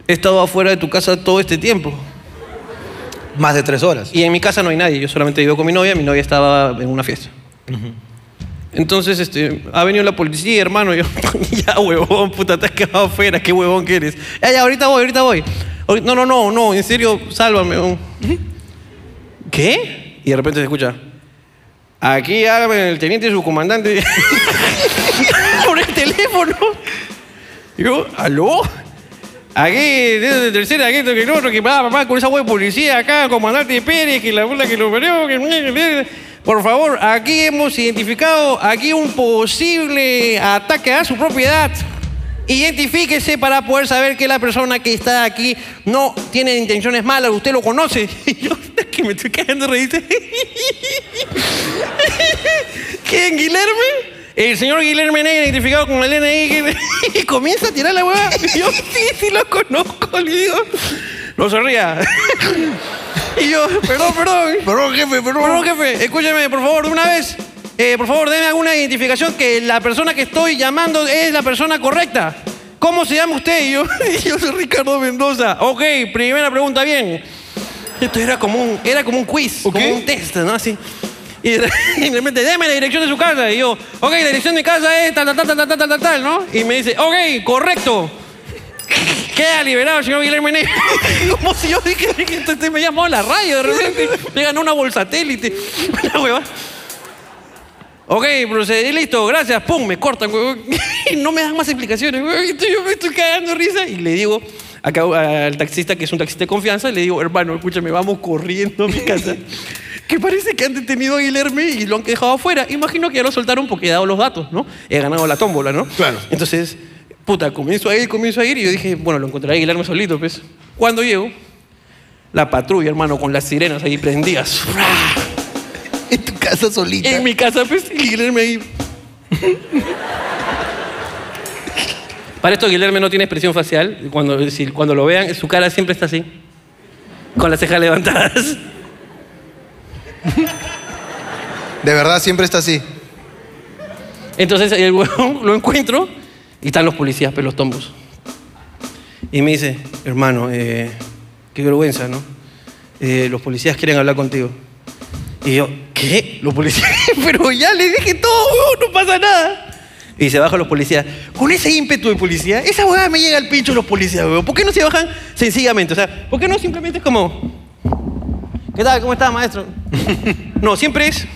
Speaker 1: He estado afuera de tu casa todo este tiempo.
Speaker 4: Más de tres horas.
Speaker 1: Y en mi casa no hay nadie, yo solamente vivo con mi novia, mi novia estaba en una fiesta. Entonces, este, ha venido la policía, hermano, y yo, ya, huevón, puta, te has quedado afuera, qué huevón que eres. Ya, ya, ahorita voy, ahorita voy. Ahorita- No, no, no, no, en serio, sálvame. huevón. ¿Qué? Y de repente se escucha, aquí hágame el teniente y su comandante. Por el teléfono. Y yo, ¿aló? Aquí, desde tercera, aquí, que el otro, que va, papá, con esa web policía acá, comandante Pérez, que la puta que lo perdió, que... Por favor, aquí hemos identificado aquí un posible ataque a su propiedad. Identifíquese para poder saber que la persona que está aquí no tiene intenciones malas, usted lo conoce. Y yo, que me estoy cagando de reírse. ¿Quién, Guilherme? El señor Guilherme Negra, identificado con el NI, que- y comienza a tirar la hueá. Y yo, sí, sí lo conozco, le digo. No se ría. Y yo, perdón, perdón.
Speaker 4: Perdón, jefe, perdón.
Speaker 1: Perdón, jefe, escúcheme, por favor, de una vez. Eh, por favor, denme alguna identificación que la persona que estoy llamando es la persona correcta. ¿Cómo se llama usted? Y yo, y yo soy Ricardo Mendoza. Ok, primera pregunta, bien. Esto era como un, era como un quiz, como un test, ¿no? Así. Y de y de repente, deme la dirección de su casa. Y yo, ok, la dirección de mi casa es tal, tal, tal, tal, tal, tal, tal, tal, ¿no? Y me dice, ok, correcto. Queda liberado, señor Guillermo Ney. Como si yo dije que este me llamó a la radio de repente. Me ganó una bolsatélite. Una hueva. Ok, procedí, listo, gracias, pum, me cortan, huevón. Y no me dan más explicaciones, huevón. Entonces yo me estoy cagando de risa. Y le digo acá al taxista, que es un taxista de confianza, le digo, hermano, escúchame, vamos corriendo a mi casa. que parece que han detenido a Guilherme y lo han dejado afuera. Imagino que ya lo soltaron porque he dado los datos, ¿no? He ganado la tómbola, ¿no?
Speaker 4: Claro.
Speaker 1: Entonces, puta, comienzo a ir, comienzo a ir. Y yo dije, bueno, lo encontraré a Guilherme solito, pues. Cuando llego, la patrulla, hermano, con las sirenas ahí prendidas.
Speaker 11: En tu casa solita.
Speaker 1: En mi casa, pues, y Guillerme ahí. Para esto, Guillermo no tiene expresión facial. Cuando, si- cuando lo vean, su cara siempre está así. con las cejas levantadas.
Speaker 4: De verdad, siempre está así.
Speaker 1: Entonces el huevón lo encuentro y están los policías pelos tombos. Y me dice, hermano, eh, qué vergüenza, ¿no? Eh, los policías quieren hablar contigo. Y yo, ¿qué? Los policías, pero ya le dije todo, huevón, no pasa nada. Y se bajan los policías. Con ese ímpetu de policía, esa huevada me llega al pincho los policías, huevón. ¿Por qué no se bajan sencillamente? O sea, ¿por qué no simplemente es como, ¿qué tal? ¿Cómo estás, maestro? no, siempre es...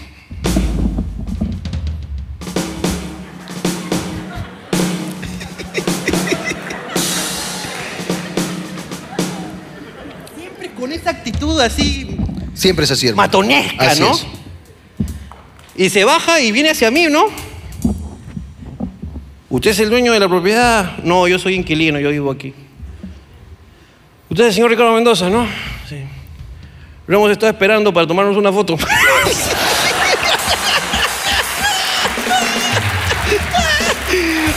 Speaker 1: Siempre con esa actitud así
Speaker 4: Siempre es así, hermano.
Speaker 1: matonesca,
Speaker 4: Así
Speaker 1: ¿no?
Speaker 4: es.
Speaker 1: Y se baja y viene hacia mí, ¿no? ¿Usted es el dueño de la propiedad? No, yo soy inquilino, yo vivo aquí. ¿Usted es el señor Ricardo Mendoza, no? Sí. Lo hemos estado esperando para tomarnos una foto.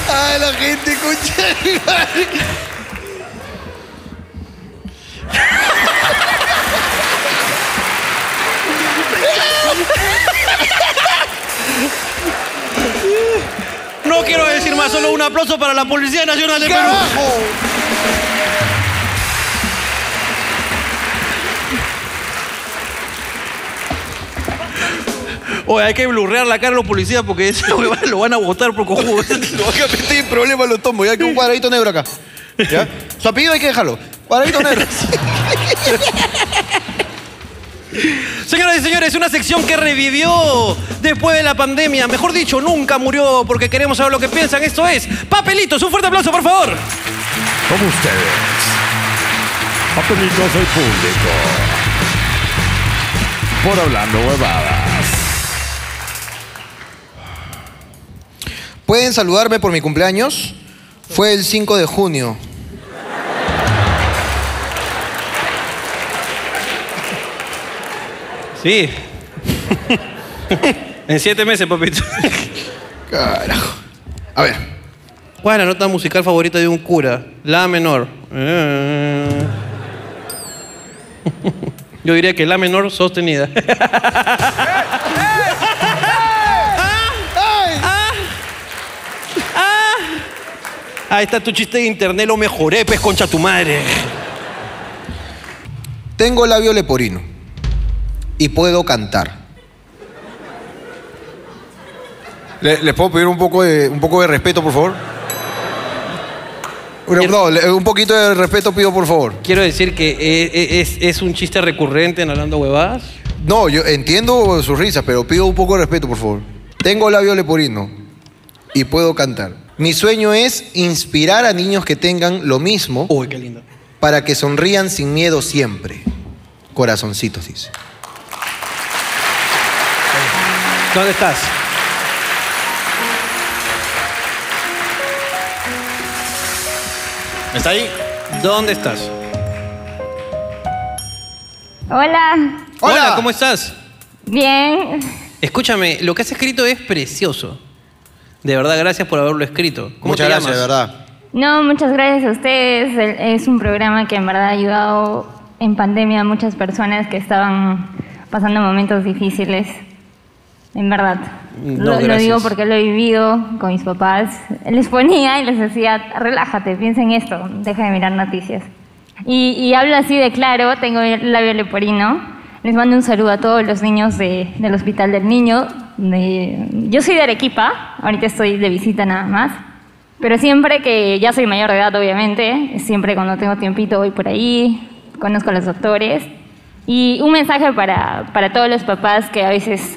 Speaker 11: Ah, la gente escucha.
Speaker 1: No quiero decir más, solo un aplauso para la Policía Nacional de Perú.
Speaker 11: ¡Carajo!
Speaker 1: Oye, hay que blurrear la cara a los policías porque ese huevón lo van a votar por cojudo.
Speaker 4: Este problema lo tomo, ya que un cuadradito negro acá. ¿Ya? Su apellido hay que dejarlo. Cuadradito negro.
Speaker 1: Señoras y señores, una sección que revivió después de la pandemia. Mejor dicho, nunca murió porque queremos saber lo que piensan. Esto es Papelitos. Un fuerte aplauso, por favor.
Speaker 7: Con ustedes. Papelitos del público. Por hablando huevadas.
Speaker 4: ¿Pueden saludarme por mi cumpleaños? Fue el 5 de junio.
Speaker 1: Sí. en siete meses, papito.
Speaker 4: Carajo. A ver.
Speaker 1: ¿Cuál es la nota musical favorita de un cura? La menor. Eh. Yo diría que la menor sostenida. Ah. Ah. Ahí está tu chiste de internet, lo mejoré, pues, concha tu madre.
Speaker 4: Tengo labio leporino. Y puedo cantar. Le- ¿Les puedo pedir un poco, de, un poco de respeto, por favor? Bueno, no, le- un poquito de respeto pido, por favor.
Speaker 1: Quiero decir que eh, eh, es, es un chiste recurrente en Hablando Huevadas.
Speaker 4: No, yo entiendo sus risas, pero pido un poco de respeto, por favor. Tengo labio leporino y puedo cantar. Mi sueño es inspirar a niños que tengan lo mismo
Speaker 1: Uy, qué lindo.
Speaker 4: para que sonrían sin miedo siempre. Corazoncitos, dice.
Speaker 1: ¿Dónde estás?
Speaker 11: ¿Está ahí?
Speaker 1: ¿Dónde estás?
Speaker 12: Hola,
Speaker 4: Hola.
Speaker 1: ¿cómo estás?
Speaker 12: bien.
Speaker 1: Escúchame, lo que has escrito es precioso. De verdad, gracias por haberlo escrito. ¿Cómo
Speaker 4: Muchas
Speaker 1: te
Speaker 4: gracias, de
Speaker 1: llamas?
Speaker 4: verdad.
Speaker 12: No, muchas gracias a ustedes. El- Es un programa que en verdad ha ayudado en pandemia a muchas personas que estaban pasando momentos difíciles. En verdad.
Speaker 1: No,
Speaker 12: lo, lo
Speaker 1: gracias.
Speaker 12: digo porque lo he vivido con mis papás. Les ponía y les decía, relájate, piensa en esto, deja de mirar noticias. Y, y hablo así de claro, tengo el labio leporino. Les mando un saludo a todos los niños de- del Hospital del Niño. De- yo soy de Arequipa, ahorita estoy de visita nada más. Pero siempre que ya soy mayor de edad, obviamente, siempre cuando tengo tiempito voy por ahí, conozco a los doctores. Y un mensaje para, para todos los papás que a veces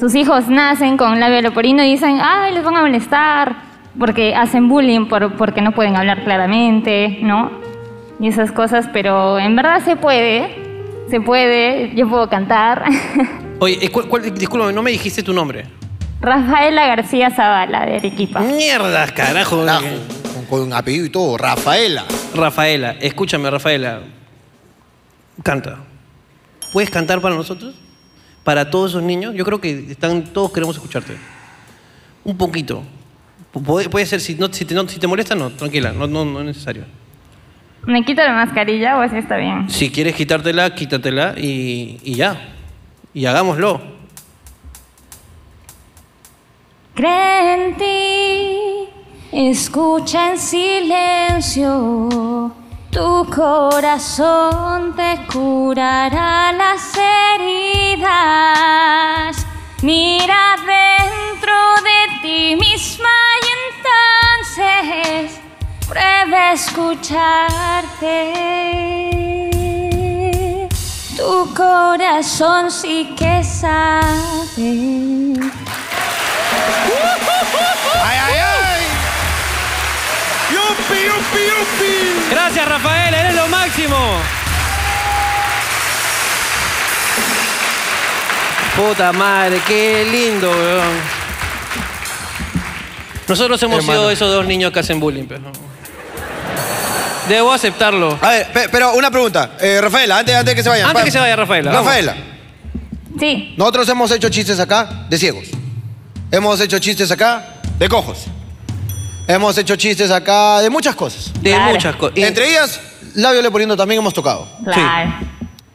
Speaker 12: sus hijos nacen con labio leporino y dicen, ay, les van a molestar, porque hacen bullying, por- porque no pueden hablar claramente, ¿no? Y esas cosas, pero en verdad se puede, se puede, yo puedo cantar.
Speaker 1: Oye, eh, ¿cuál- cuál- discúlpame, no me dijiste tu nombre.
Speaker 12: Rafaela García Zavala, de Arequipa.
Speaker 1: Mierda, carajo. Eh,
Speaker 11: Carajo, Con, con apellido y todo. Rafaela.
Speaker 1: Rafaela, escúchame, Rafaela. Canta. ¿Puedes cantar para nosotros? Para todos esos niños. Yo creo que están, todos queremos escucharte. Un poquito. Pu- Puede, puede ser, si, no, si, te, no- si te molesta, no, tranquila, no, no, no es necesario.
Speaker 12: ¿Me quito la mascarilla o así está bien?
Speaker 1: Si quieres quitártela, quítatela y, y ya. Y hagámoslo.
Speaker 13: Cree en ti, escucha en silencio. Tu corazón te curará las heridas. Mira dentro de ti misma y entonces prueba a escucharte. Tu corazón sí que sabe.
Speaker 10: ¡Ay, ay, ay! ¡Yupi, yupi, yupi!
Speaker 1: Gracias, Rafael, eres lo máximo. Puta madre, qué lindo, weón. Nosotros hemos sido esos dos niños que hacen bullying, pero. Debo aceptarlo.
Speaker 4: A ver, pe- pero una pregunta. Eh, Rafaela, antes, antes de que se vayan.
Speaker 1: Antes
Speaker 4: pa-
Speaker 1: que se vaya Rafaela, vamos.
Speaker 4: Rafaela,
Speaker 12: Sí.
Speaker 4: nosotros hemos hecho chistes acá de ciegos. Hemos hecho chistes acá de cojos. Hemos hecho chistes acá de muchas cosas.
Speaker 1: De muchas cosas. Y-
Speaker 4: Entre ellas, labio le poniendo también hemos tocado.
Speaker 12: Claro.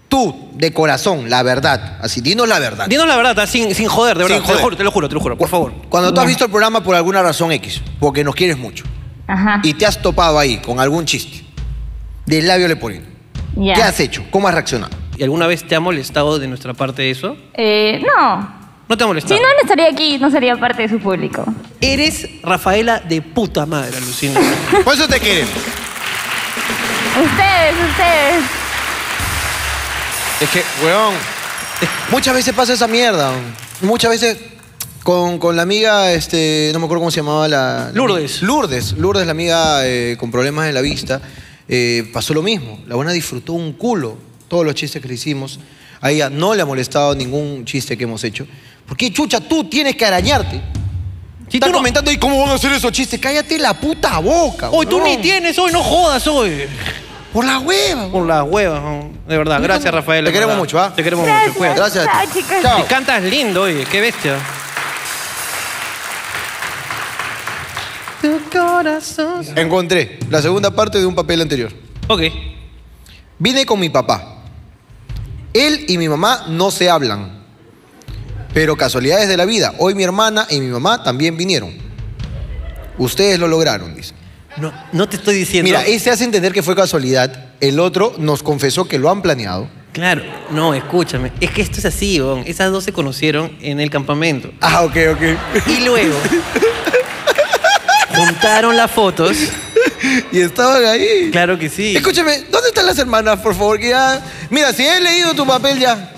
Speaker 4: Tú, de corazón, la verdad. Así, dinos la verdad.
Speaker 1: Dinos la verdad, sin, sin joder, de
Speaker 4: Sin
Speaker 1: verdad. Te, lo
Speaker 4: joder.
Speaker 1: juro, te lo juro, te lo juro, por favor.
Speaker 4: Cuando tú has visto el programa por alguna razón X, porque nos quieres mucho,
Speaker 12: Ajá.
Speaker 4: y te has topado ahí con algún chiste, del labio le poniendo,
Speaker 12: Ya.
Speaker 4: ¿qué has hecho? ¿Cómo has reaccionado?
Speaker 1: ¿Y alguna vez te ha molestado de nuestra parte eso?
Speaker 12: Eh, no.
Speaker 1: No te ha molestado.
Speaker 12: Si no, no estaría aquí, no sería parte de su público.
Speaker 1: Eres Rafaela de puta madre, Lucina.
Speaker 4: Por eso te quieren.
Speaker 12: Ustedes, ustedes.
Speaker 4: Es que, weón, muchas veces pasa esa mierda. weón. Muchas veces con, con la amiga, este, no me acuerdo cómo se llamaba la...
Speaker 1: Lourdes.
Speaker 4: Lourdes, Lourdes, la amiga eh, con problemas de la vista, eh, pasó lo mismo. La buena disfrutó un culo todos los chistes que le hicimos. A ella no le ha molestado ningún chiste que hemos hecho. ¿Por qué, chucha, tú tienes que arañarte?
Speaker 1: Si
Speaker 4: Estás
Speaker 1: tú no-
Speaker 4: comentando, ¿y cómo van a hacer esos chistes? Cállate la puta boca.
Speaker 1: Hoy tú
Speaker 4: weón.
Speaker 1: ni tienes, hoy no jodas, hoy.
Speaker 4: Por la hueva. weón.
Speaker 1: Por las huevas, ¿no? de verdad. Gracias, Rafael.
Speaker 4: Te
Speaker 1: de verdad.
Speaker 4: queremos mucho, ¿ah?
Speaker 1: Te queremos mucho. cuídate.
Speaker 4: Gracias.
Speaker 12: Chao, chicos.
Speaker 4: Chao.
Speaker 1: Y cantas lindo, oye, qué bestia.
Speaker 4: Encontré la segunda parte de un papel anterior.
Speaker 1: Ok.
Speaker 4: Vine con mi papá. Él y mi mamá no se hablan. Pero casualidades de la vida. Hoy mi hermana y mi mamá también vinieron. Ustedes lo lograron, dice.
Speaker 1: No, no te estoy diciendo.
Speaker 4: Mira, este hace entender que fue casualidad. El otro nos confesó que lo han planeado.
Speaker 1: Claro, no, escúchame. Es que esto es así, weón. Esas dos se conocieron en el campamento.
Speaker 4: Ah, ok, ok.
Speaker 1: Y luego. juntaron las fotos.
Speaker 4: Y estaban ahí.
Speaker 1: Claro que sí.
Speaker 4: Escúchame, ¿dónde están las hermanas, por favor? Que ya... Mira, si he leído tu papel ya...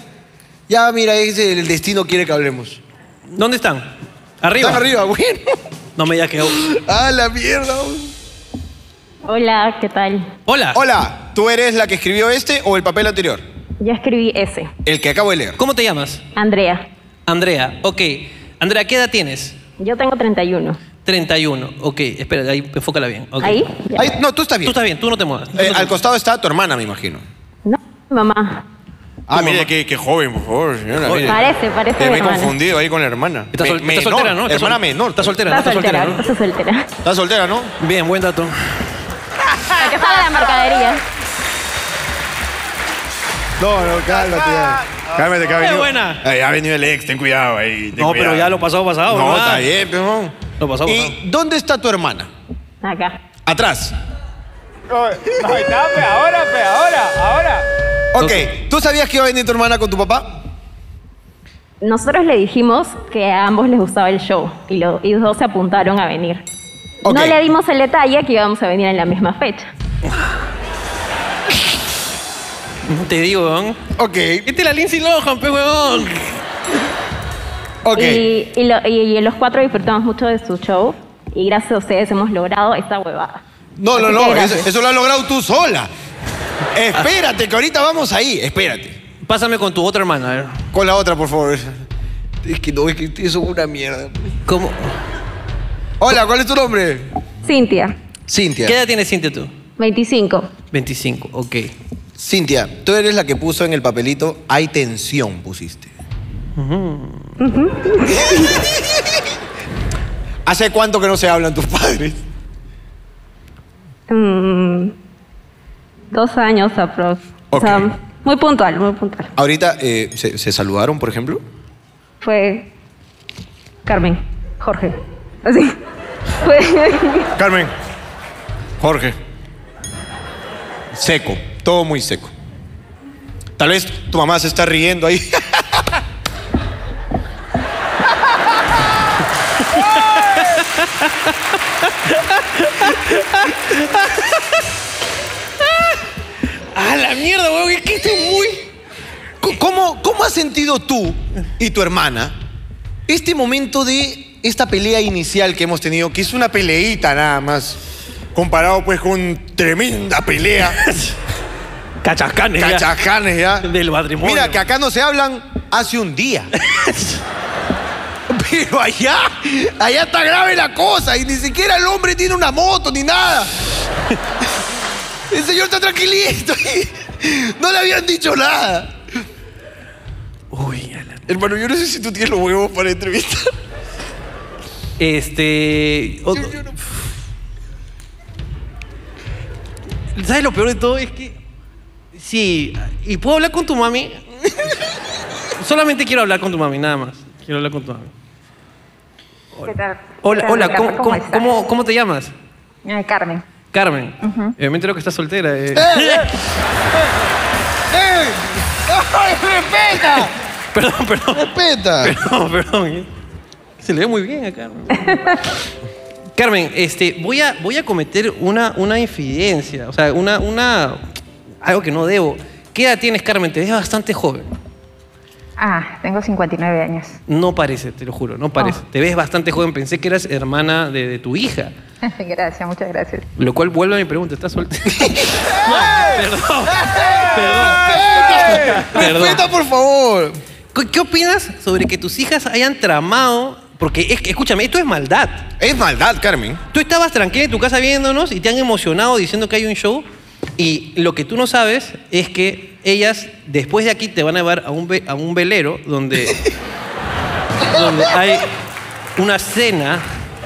Speaker 4: Ya, mira, es el destino quiere que hablemos.
Speaker 1: ¿Dónde están? Arriba.
Speaker 4: Están arriba, bueno.
Speaker 1: No me digas que.
Speaker 4: Ah, la mierda. weón.
Speaker 12: Hola, ¿qué tal?
Speaker 1: Hola.
Speaker 4: Hola, ¿tú eres la que escribió este o el papel anterior?
Speaker 13: Ya escribí ese.
Speaker 4: El que acabo de leer.
Speaker 1: ¿Cómo te llamas?
Speaker 13: Andrea,
Speaker 1: Andrea. Ok. Andrea, ¿qué edad tienes?
Speaker 13: yo tengo 31.
Speaker 1: 31. Ok, espera, ahí enfócala bien. ok.
Speaker 13: ¿Ahí? Ya.
Speaker 4: Ahí- no, tú estás
Speaker 1: Tú
Speaker 4: bien.
Speaker 1: estás bien, tú no te muevas. tú
Speaker 4: Eh,
Speaker 1: no te
Speaker 4: al costado está tu hermana, me imagino.
Speaker 13: No, mamá.
Speaker 7: Ah, mire, qué, qué joven, por favor, señora. mire.
Speaker 13: Parece, parece
Speaker 7: Eh, me he
Speaker 13: hermana.
Speaker 7: confundido ahí con la hermana.
Speaker 1: Está, sol-
Speaker 7: Me-
Speaker 1: está
Speaker 7: menor,
Speaker 1: soltera, ¿no? Está sol-
Speaker 7: hermana menor.
Speaker 1: Está soltera, ¿no?
Speaker 13: Está
Speaker 1: Está soltera,
Speaker 13: soltera,
Speaker 1: ¿no?
Speaker 13: está soltera.
Speaker 7: Está soltera, ¿no?
Speaker 1: Bien, buen dato.
Speaker 13: Para que salga la mercadería.
Speaker 4: No, no, cálmate.
Speaker 7: Cálmate, que ha
Speaker 1: Qué
Speaker 7: venido.
Speaker 1: buena.
Speaker 7: Ay, ha venido el ex, ten cuidado ahí. ten
Speaker 1: No, pero
Speaker 7: cuidado.
Speaker 1: ya lo pasado, pasado,
Speaker 7: No,
Speaker 1: ¿no?
Speaker 7: está bien, pero.
Speaker 1: Lo pasó, pasó.
Speaker 4: ¿Y dónde está tu hermana?
Speaker 13: Acá.
Speaker 7: Atrás.
Speaker 4: Ok, ¿tú sabías que iba a venir tu hermana con tu papá?
Speaker 13: Nosotros le dijimos que a ambos les gustaba el show y, lo- y los dos se apuntaron a venir.
Speaker 4: Ok.
Speaker 13: No le dimos el detalle que íbamos a venir en la misma fecha.
Speaker 1: Te digo, weón.
Speaker 4: Ok,
Speaker 1: Este es la Lindsay Lohan, pe, weón.
Speaker 4: ok.
Speaker 13: Y, y lo- y- y los cuatro disfrutamos mucho de su show y gracias a ustedes hemos logrado esta huevada.
Speaker 4: No, no,
Speaker 13: Así que
Speaker 4: no, eso,
Speaker 13: gracias.
Speaker 4: eso lo has logrado tú sola. Espérate, que ahorita vamos ahí. Espérate.
Speaker 1: Pásame con tu otra hermana, a ver.
Speaker 4: Con la otra, por favor. Es que no, es que eso es una mierda.
Speaker 1: ¿Cómo?
Speaker 4: Hola, ¿cuál es tu nombre?
Speaker 13: Cintia,
Speaker 4: Cintia.
Speaker 1: ¿Qué edad tienes, Cintia, tú?
Speaker 13: 25.
Speaker 1: 25, ok.
Speaker 4: Cintia, tú eres la que puso en el papelito hay tensión, pusiste. ¿Hace cuánto que no se hablan tus padres?
Speaker 13: Mm, Dos años aprox. O sea, muy puntual, muy puntual.
Speaker 4: Ahorita, eh, ¿se, se saludaron, por ejemplo?
Speaker 13: Fue Carmen, Jorge. Así. Fue...
Speaker 7: Carmen. Jorge. Seco. Todo muy seco. Tal vez tu mamá se está riendo ahí.
Speaker 5: ¡Ah, la mierda, weón! Es que estoy muy.
Speaker 4: C- ¿Cómo, ¿Cómo has sentido tú y tu hermana este momento de esta pelea inicial que hemos tenido, que es una peleita nada más,
Speaker 7: comparado pues con tremenda pelea?
Speaker 1: Cachascanes. ya.
Speaker 4: Cachajanes ya.
Speaker 1: Del matrimonio.
Speaker 4: Mira, que acá no se hablan hace un día. Pero allá, allá está grave la cosa y ni siquiera el hombre tiene una moto ni nada. El señor está tranquilito y no le habían dicho nada.
Speaker 7: Hermano, yo no sé si tú tienes los huevos para entrevistar.
Speaker 1: Este. o- ¿Sabes lo peor de todo? Es que. Sí, y puedo hablar con tu mami. Solamente quiero hablar con tu mami, nada más. Quiero hablar con tu mami. Hola, hola, ¿cómo, cómo, cómo- cómo te llamas?
Speaker 14: Carmen.
Speaker 1: Carmen. Eh, me entero que estás soltera. eh.
Speaker 10: ¡Eh! ¡Ay, respeta!
Speaker 1: Perdón, perdón.
Speaker 4: Respeta.
Speaker 1: Perdón, perdón. eh. Se le ve muy bien a Carmen. Carmen, este, voy a, voy a cometer una, una infidencia. O sea, una, una. Algo que no debo. ¿Qué edad tienes, Carmen? Te ves bastante joven.
Speaker 14: Ah, tengo 59 años.
Speaker 1: No parece, te lo juro, no parece. Te ves bastante joven. Pensé que eras hermana de, de tu hija.
Speaker 14: gracias, muchas gracias.
Speaker 1: Lo cual vuelve a mi pregunta. ¿Estás soltera? Perdón.
Speaker 5: Eh,
Speaker 1: Perdón.
Speaker 4: Respeta, por favor.
Speaker 1: ¿Qué, qué opinas sobre que tus hijas hayan tramado? Porque, es, que, escúchame, esto es maldad.
Speaker 7: Es maldad, Carmen.
Speaker 1: Tú estabas tranquila en tu casa viéndonos y te han emocionado diciendo que hay un show. Y lo que tú no sabes es que ellas, después de aquí, te van a llevar a un, ve- a un velero donde, donde hay una cena.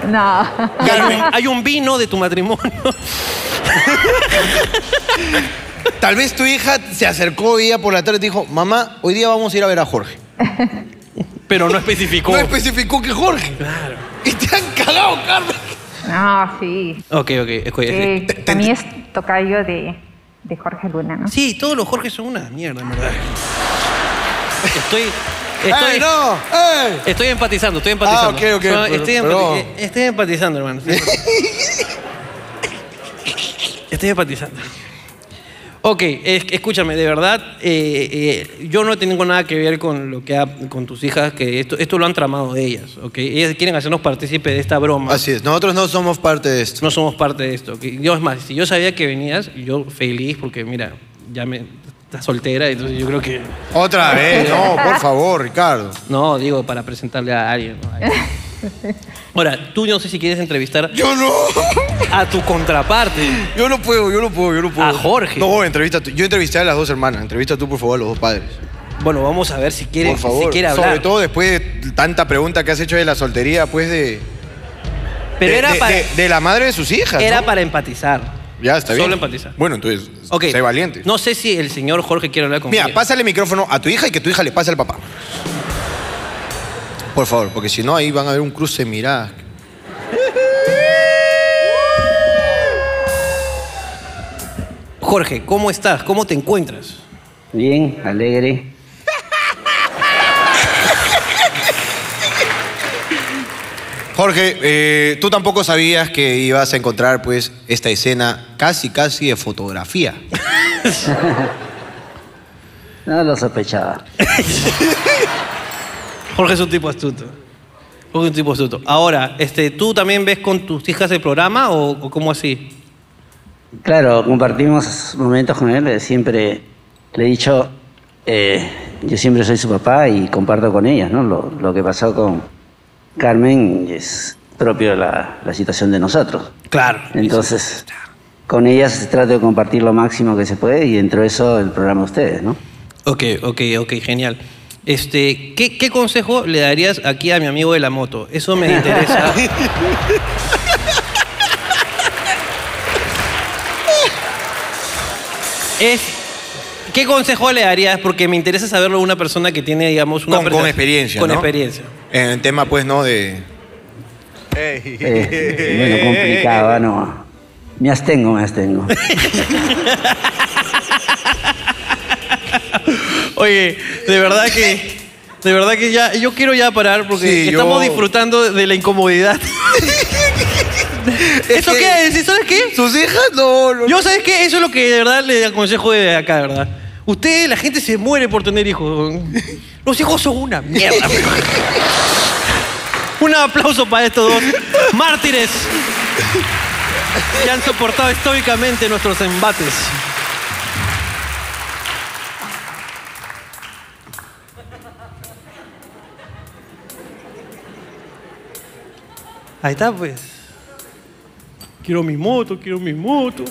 Speaker 14: No.
Speaker 1: Carmen, hay un vino de tu matrimonio.
Speaker 4: Tal vez tu hija se acercó hoy día por la tarde y te dijo, mamá, hoy día vamos a ir a ver a Jorge.
Speaker 1: Pero no especificó.
Speaker 4: No especificó que Jorge.
Speaker 1: Claro.
Speaker 4: Y te han cagado, Carmen.
Speaker 14: No, sí.
Speaker 1: Ok, ok, escucha.
Speaker 14: Eh, también es tocayo de, de Jorge Luna, ¿no?
Speaker 1: Sí, todos los Jorge son una mierda, en verdad. Estoy. Estoy,
Speaker 4: ¡Ey, no! ¡Ey!
Speaker 1: estoy empatizando, estoy empatizando.
Speaker 4: Ah, ok, ok,
Speaker 1: Son-
Speaker 4: pero-
Speaker 1: Estoy, empati-
Speaker 4: pero-
Speaker 1: eh, estoy empatizando, hermano. Estoy empatizando. Estoy empatizando. Ok, es- escúchame, de verdad, eh, eh, yo no tengo nada que ver con lo que ha, con tus hijas, que esto, esto lo han tramado ellas, ¿ok? Ellas quieren hacernos partícipe de esta broma.
Speaker 4: Así es, nosotros no somos parte de esto.
Speaker 1: No somos parte de esto. que- Yo es más, si yo sabía que venías, yo feliz porque mira, ya me estás soltera, entonces yo creo que
Speaker 4: Otra vez, no, por favor, Ricardo.
Speaker 1: no digo para presentarle a alguien. ¿no? Ahí. Ahora, tú no sé si quieres entrevistar
Speaker 7: Yo no.
Speaker 1: a tu contraparte,
Speaker 4: Yo no puedo, yo no puedo, yo no puedo.
Speaker 1: a Jorge.
Speaker 4: No, entrevista tú. Yo entrevisté a las dos hermanas. Entrevista tú, por favor, a los dos padres.
Speaker 1: Bueno, vamos a ver si quiere,
Speaker 4: Por favor.
Speaker 1: si quiere
Speaker 4: Sobre
Speaker 1: hablar.
Speaker 4: todo después de tanta pregunta que has hecho de la soltería, pues de.
Speaker 1: Pero
Speaker 4: de-
Speaker 1: era
Speaker 4: de,
Speaker 1: para
Speaker 4: de- de la madre de sus hijas.
Speaker 1: era
Speaker 4: ¿no?
Speaker 1: para empatizar.
Speaker 4: Ya, está bien.
Speaker 1: solo empatizar.
Speaker 4: Bueno, entonces,
Speaker 1: Ok.
Speaker 4: sé valiente.
Speaker 1: No sé si el señor Jorge quiere hablar conmigo.
Speaker 4: Mira, pásale el micrófono a tu hija y que tu hija le pase al papá. Por favor, porque si no, ahí van a haber un cruce de miradas.
Speaker 1: Jorge, ¿cómo estás? ¿Cómo te encuentras?
Speaker 15: Bien, alegre.
Speaker 4: Jorge, eh, tú tampoco sabías que ibas a encontrar pues esta escena casi, casi de fotografía.
Speaker 15: No lo sospechaba.
Speaker 1: Jorge es un tipo astuto. Jorge es un tipo astuto. Ahora, este, ¿tú también ves con tus hijas el programa o, o cómo así?
Speaker 15: Claro, compartimos momentos con él. Siempre le he dicho, eh, yo siempre soy su papá y comparto con ellas, ¿no? Lo, lo que pasó con Carmen es propio de la, la situación de nosotros.
Speaker 1: Claro.
Speaker 15: Entonces, con ellas trato de compartir lo máximo que se puede y dentro de eso el programa de ustedes, ¿no?
Speaker 1: Ok, ok, ok, genial. Este, ¿qué, qué consejo le darías aquí a mi amigo de la moto? Eso me interesa. es ¿qué consejo le darías? Porque me interesa saberlo a una persona que tiene, digamos, una
Speaker 7: Con- con
Speaker 1: perce-
Speaker 7: experiencia,
Speaker 1: Con
Speaker 7: ¿no?
Speaker 1: experiencia.
Speaker 7: En el tema, pues, ¿no? De.
Speaker 15: Eh, bueno, complicado, ah, no. Me abstengo, me abstengo.
Speaker 1: Oye, de verdad que. De verdad que ya. Yo quiero ya parar porque
Speaker 5: Sí, yo-
Speaker 1: estamos disfrutando de la incomodidad. ¿Eso qué es? ¿Sabes qué? ¿Sus hijas? No, Yo, ¿sabes qué? Eso es lo que de verdad le aconsejo de acá, de ¿verdad? Ustedes, la gente se muere por tener hijos. Los hijos son una mierda. Un aplauso para estos dos mártires que han soportado estoicamente nuestros embates. Ahí está, pues. Quiero mi moto, quiero mi moto.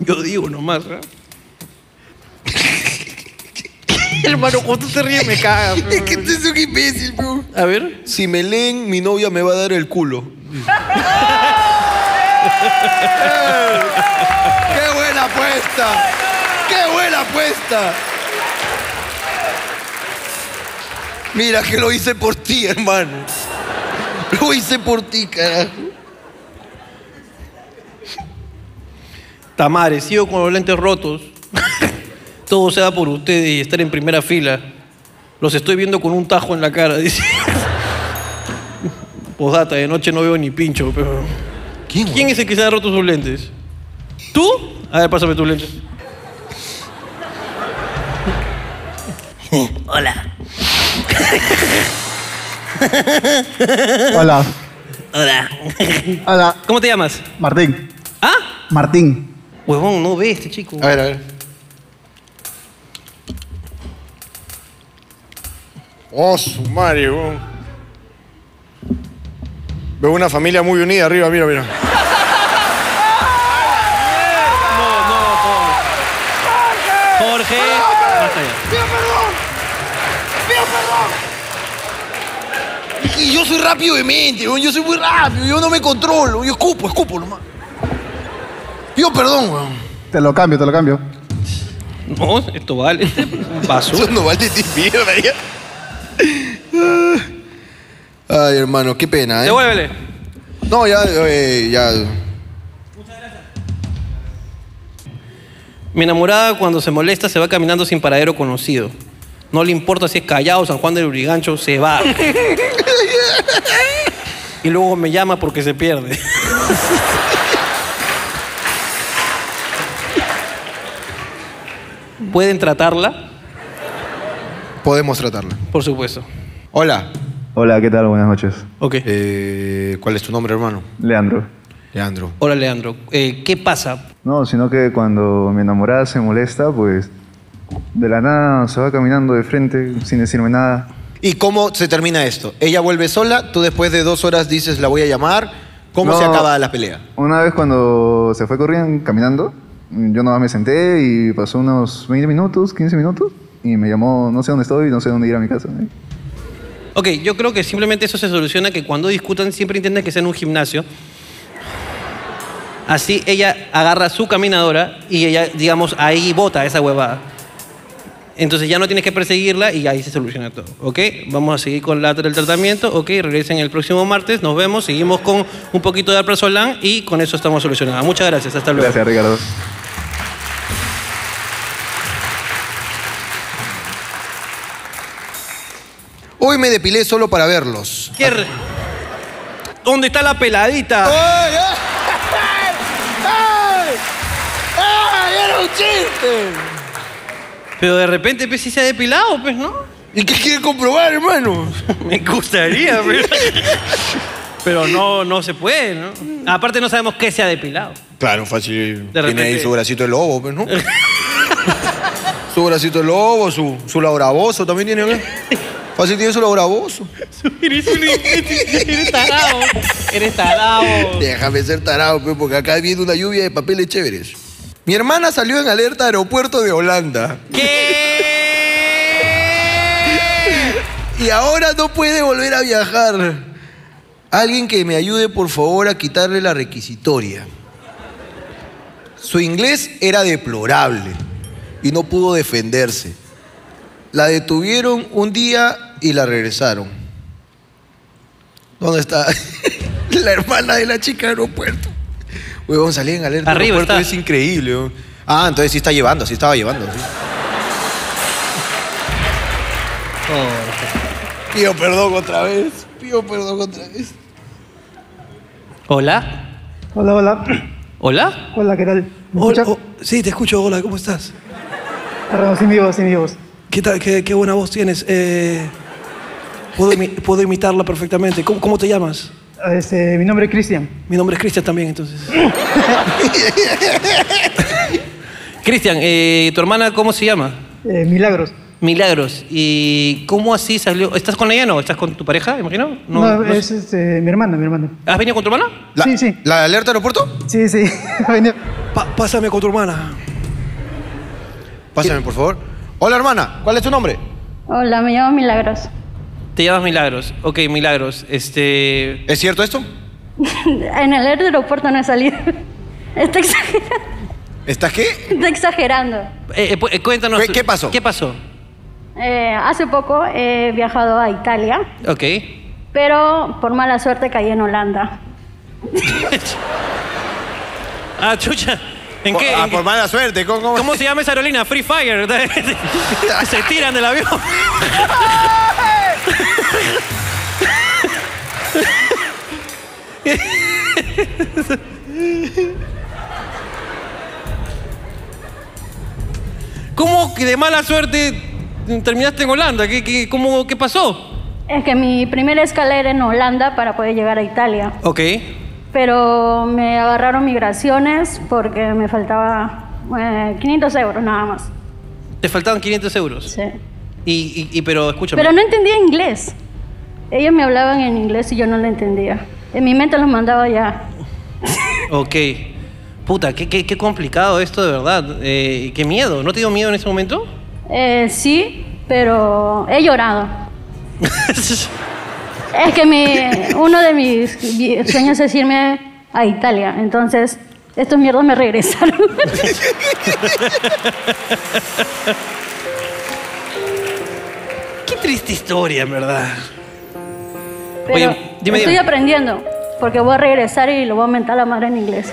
Speaker 1: Yo digo nomás, ¿ah? Hermano, cuando tú te ríes me cagas. es que tú eres un imbécil, bro. A ver.
Speaker 7: Si me leen, mi novia me va a dar el culo.
Speaker 5: ¡Qué buena apuesta! ¡Qué buena apuesta!
Speaker 7: Mira que lo hice por ti, hermano. Lo hice por ti, carajo.
Speaker 1: Tamares, sigo con los lentes rotos. Todo se da por ustedes y estar en primera fila. Los estoy viendo con un tajo en la cara, dice. Posdata, de noche no veo ni pincho, pero. ¿Quién? es el que se ha roto sus lentes? ¿Tú? A ver, pásame tus lentes.
Speaker 16: Hola.
Speaker 9: Hola.
Speaker 1: Hola.
Speaker 9: Hola.
Speaker 1: ¿Cómo te llamas?
Speaker 9: Martín.
Speaker 1: ¿Ah?
Speaker 9: Martín.
Speaker 1: Huevón, no ve este chico.
Speaker 7: Ah.
Speaker 9: A ver, a ver.
Speaker 7: Oh, su madre, weón. Veo una familia muy unida arriba, mira, mira.
Speaker 1: No, no, Jorge. Basta ya.
Speaker 5: ¡Pido perdón! ¡Pido perdón!
Speaker 11: Y yo soy rápido de mente, weón, yo soy muy rápido, yo no me controlo, yo escupo, escupo nomás. Yo perdón, weón.
Speaker 9: Te lo cambio, te lo cambio.
Speaker 1: No, esto vale. Basura.
Speaker 7: no vale ti mierda ya. Ah. Ay, hermano, qué pena, ¿eh?
Speaker 1: Devuélvele.
Speaker 7: No, ya, eh, ya.
Speaker 1: Mi enamorada cuando se molesta se va caminando sin paradero conocido. No le importa si es Callao, San Juan del Urigancho, se va. Y luego me llama porque se pierde. ¿Pueden tratarla?
Speaker 7: Podemos tratarla.
Speaker 1: Por supuesto.
Speaker 7: Hola.
Speaker 17: Hola, ¿qué tal? Buenas noches.
Speaker 1: Ok.
Speaker 7: Eh, ¿Cuál es tu nombre, hermano?
Speaker 17: Leandro.
Speaker 7: Leandro.
Speaker 1: Hola, Leandro. Eh, ¿Qué pasa?
Speaker 17: No, sino que cuando mi enamorada se molesta, pues de la nada se va caminando de frente sin decirme nada.
Speaker 4: ¿Y cómo se termina esto? Ella vuelve sola, tú después de dos horas dices la voy a llamar. ¿Cómo
Speaker 17: No.
Speaker 4: se acaba la pelea?
Speaker 17: Una vez cuando se fue corriendo caminando, yo nomás me senté y pasó unos 20 minutos, 15 minutos, y me llamó, no sé dónde estoy, no sé dónde ir a mi casa. ¿eh?
Speaker 1: Ok, yo creo que simplemente eso se soluciona que cuando discutan siempre intenten que sea en un gimnasio. Así ella agarra su caminadora y ella, digamos, ahí bota esa huevada. Entonces ya no tienes que perseguirla y ahí se soluciona todo. ¿Ok? Vamos a seguir con la, el tratamiento. Ok, regresen el próximo martes. Nos vemos. Seguimos con un poquito de alprazolam y con eso estamos solucionados. Muchas gracias. Hasta luego.
Speaker 17: Gracias, Ricardo.
Speaker 4: Hoy me depilé solo para verlos.
Speaker 1: ¿Qué re-
Speaker 7: Ah,
Speaker 1: ¿Dónde está la peladita?
Speaker 5: ¡Ay! ¡Ay! ¡Era un chiste!
Speaker 1: Pero de repente pues, sí se ha depilado, pues, ¿no? ¿Y qué quiere comprobar, hermano? Me gustaría, pero... pero no, no se puede, ¿no? Aparte no sabemos qué se ha depilado.
Speaker 7: Claro, fácil.
Speaker 1: De
Speaker 7: Tiene ahí
Speaker 1: repente-
Speaker 7: su bracito de lobo, pues, ¿no? su bracito de lobo, su, su labraboso también tiene, ¿no? Fácil tiene su labraboso.
Speaker 1: Eres un Eres tarado. Eres tarado.
Speaker 7: Déjame ser tarado, pues, porque acá viene una lluvia de papeles chéveres. Mi hermana salió en alerta aeropuerto de Holanda. Y ahora no puede volver a viajar. Alguien que me ayude, por favor, a quitarle la requisitoria.
Speaker 4: Su inglés era deplorable y no pudo defenderse. La detuvieron un día y la regresaron. ¿Dónde está? la hermana de la chica del aeropuerto. Huevón, salí en alerta.
Speaker 7: Arriba
Speaker 4: aeropuerto
Speaker 7: está.
Speaker 4: es increíble. huevón.
Speaker 7: Ah, entonces sí está llevando, sí estaba llevando. sí.
Speaker 4: Pido perdón otra vez. Pido perdón otra vez.
Speaker 1: Hola.
Speaker 14: Hola, hola.
Speaker 1: Hola.
Speaker 14: Hola, ¿qué tal? ¿Me escuchas?
Speaker 5: Oh, Sí, te escucho. Hola, ¿cómo estás?
Speaker 14: Perdón, sin mi voz, sin mi voz.
Speaker 5: ¿Qué tal? ¿Qué, qué buena voz tienes? Eh, puedo, imi- puedo imitarla perfectamente. ¿Cómo, cómo te llamas?
Speaker 14: Este, mi nombre es Cristian.
Speaker 5: Mi nombre es Cristian también, entonces.
Speaker 1: Cristian, eh, ¿tu hermana cómo se llama?
Speaker 14: Milagros.
Speaker 1: Milagros. ¿Y cómo así salió? ¿Estás con ella no? ¿Estás con tu pareja, imagino?
Speaker 14: No, es este, mi hermana, mi hermana.
Speaker 1: ¿Has venido con tu hermana?
Speaker 14: sí, sí.
Speaker 7: ¿La alerta aeropuerto?
Speaker 14: Sí, sí.
Speaker 5: pásame con tu hermana.
Speaker 7: Pásame, por favor. Hola, hermana. ¿Cuál es tu nombre?
Speaker 18: Hola, me llamo Milagros.
Speaker 1: Te llamas Milagros. Ok, Milagros. Este...
Speaker 7: ¿Es cierto esto?
Speaker 18: En el aeropuerto no he salido. Está, exa-
Speaker 7: ¿Estás qué?
Speaker 18: está exagerando.
Speaker 1: eh, cuéntanos.
Speaker 7: ¿Qué, qué pasó?
Speaker 1: ¿Qué pasó?
Speaker 18: Eh, hace poco he viajado a Italia,
Speaker 1: Ok.
Speaker 18: pero por mala suerte caí en Holanda.
Speaker 1: Ah, chucha. ¿En qué?
Speaker 7: Ah, por mala suerte. ¿Cómo, cómo?
Speaker 1: ¿Cómo se llama esa aerolínea? Free Fire. se tiran del avión. ¿Cómo que de mala suerte terminaste en Holanda? ¿Qué, qué, cómo, qué pasó?
Speaker 18: Es que mi primera escala era en Holanda para poder llegar a Italia,
Speaker 1: Ok.
Speaker 18: pero me agarraron migraciones porque me faltaba eh, 500 euros nada más.
Speaker 1: Te faltaban 500 euros.
Speaker 18: Sí.
Speaker 1: Y, y- y- pero escúchame.
Speaker 18: Pero no entendía inglés. Ellos me hablaban en inglés y yo no lo entendía. En mi mente los mandaba ya.
Speaker 1: Ok. Puta, qué, qué- qué complicado esto de verdad. Eh, qué miedo. ¿No te dio miedo en ese momento?
Speaker 18: Eh, sí, pero he llorado. Es que mi, uno de mis vi- sueños es irme a Italia, entonces estos mierdos me regresaron.
Speaker 1: Qué triste historia, en verdad.
Speaker 18: Pero
Speaker 1: Oye, dime,
Speaker 18: estoy
Speaker 1: dime.
Speaker 18: aprendiendo, porque voy a regresar y lo voy a aumentar la madre en inglés.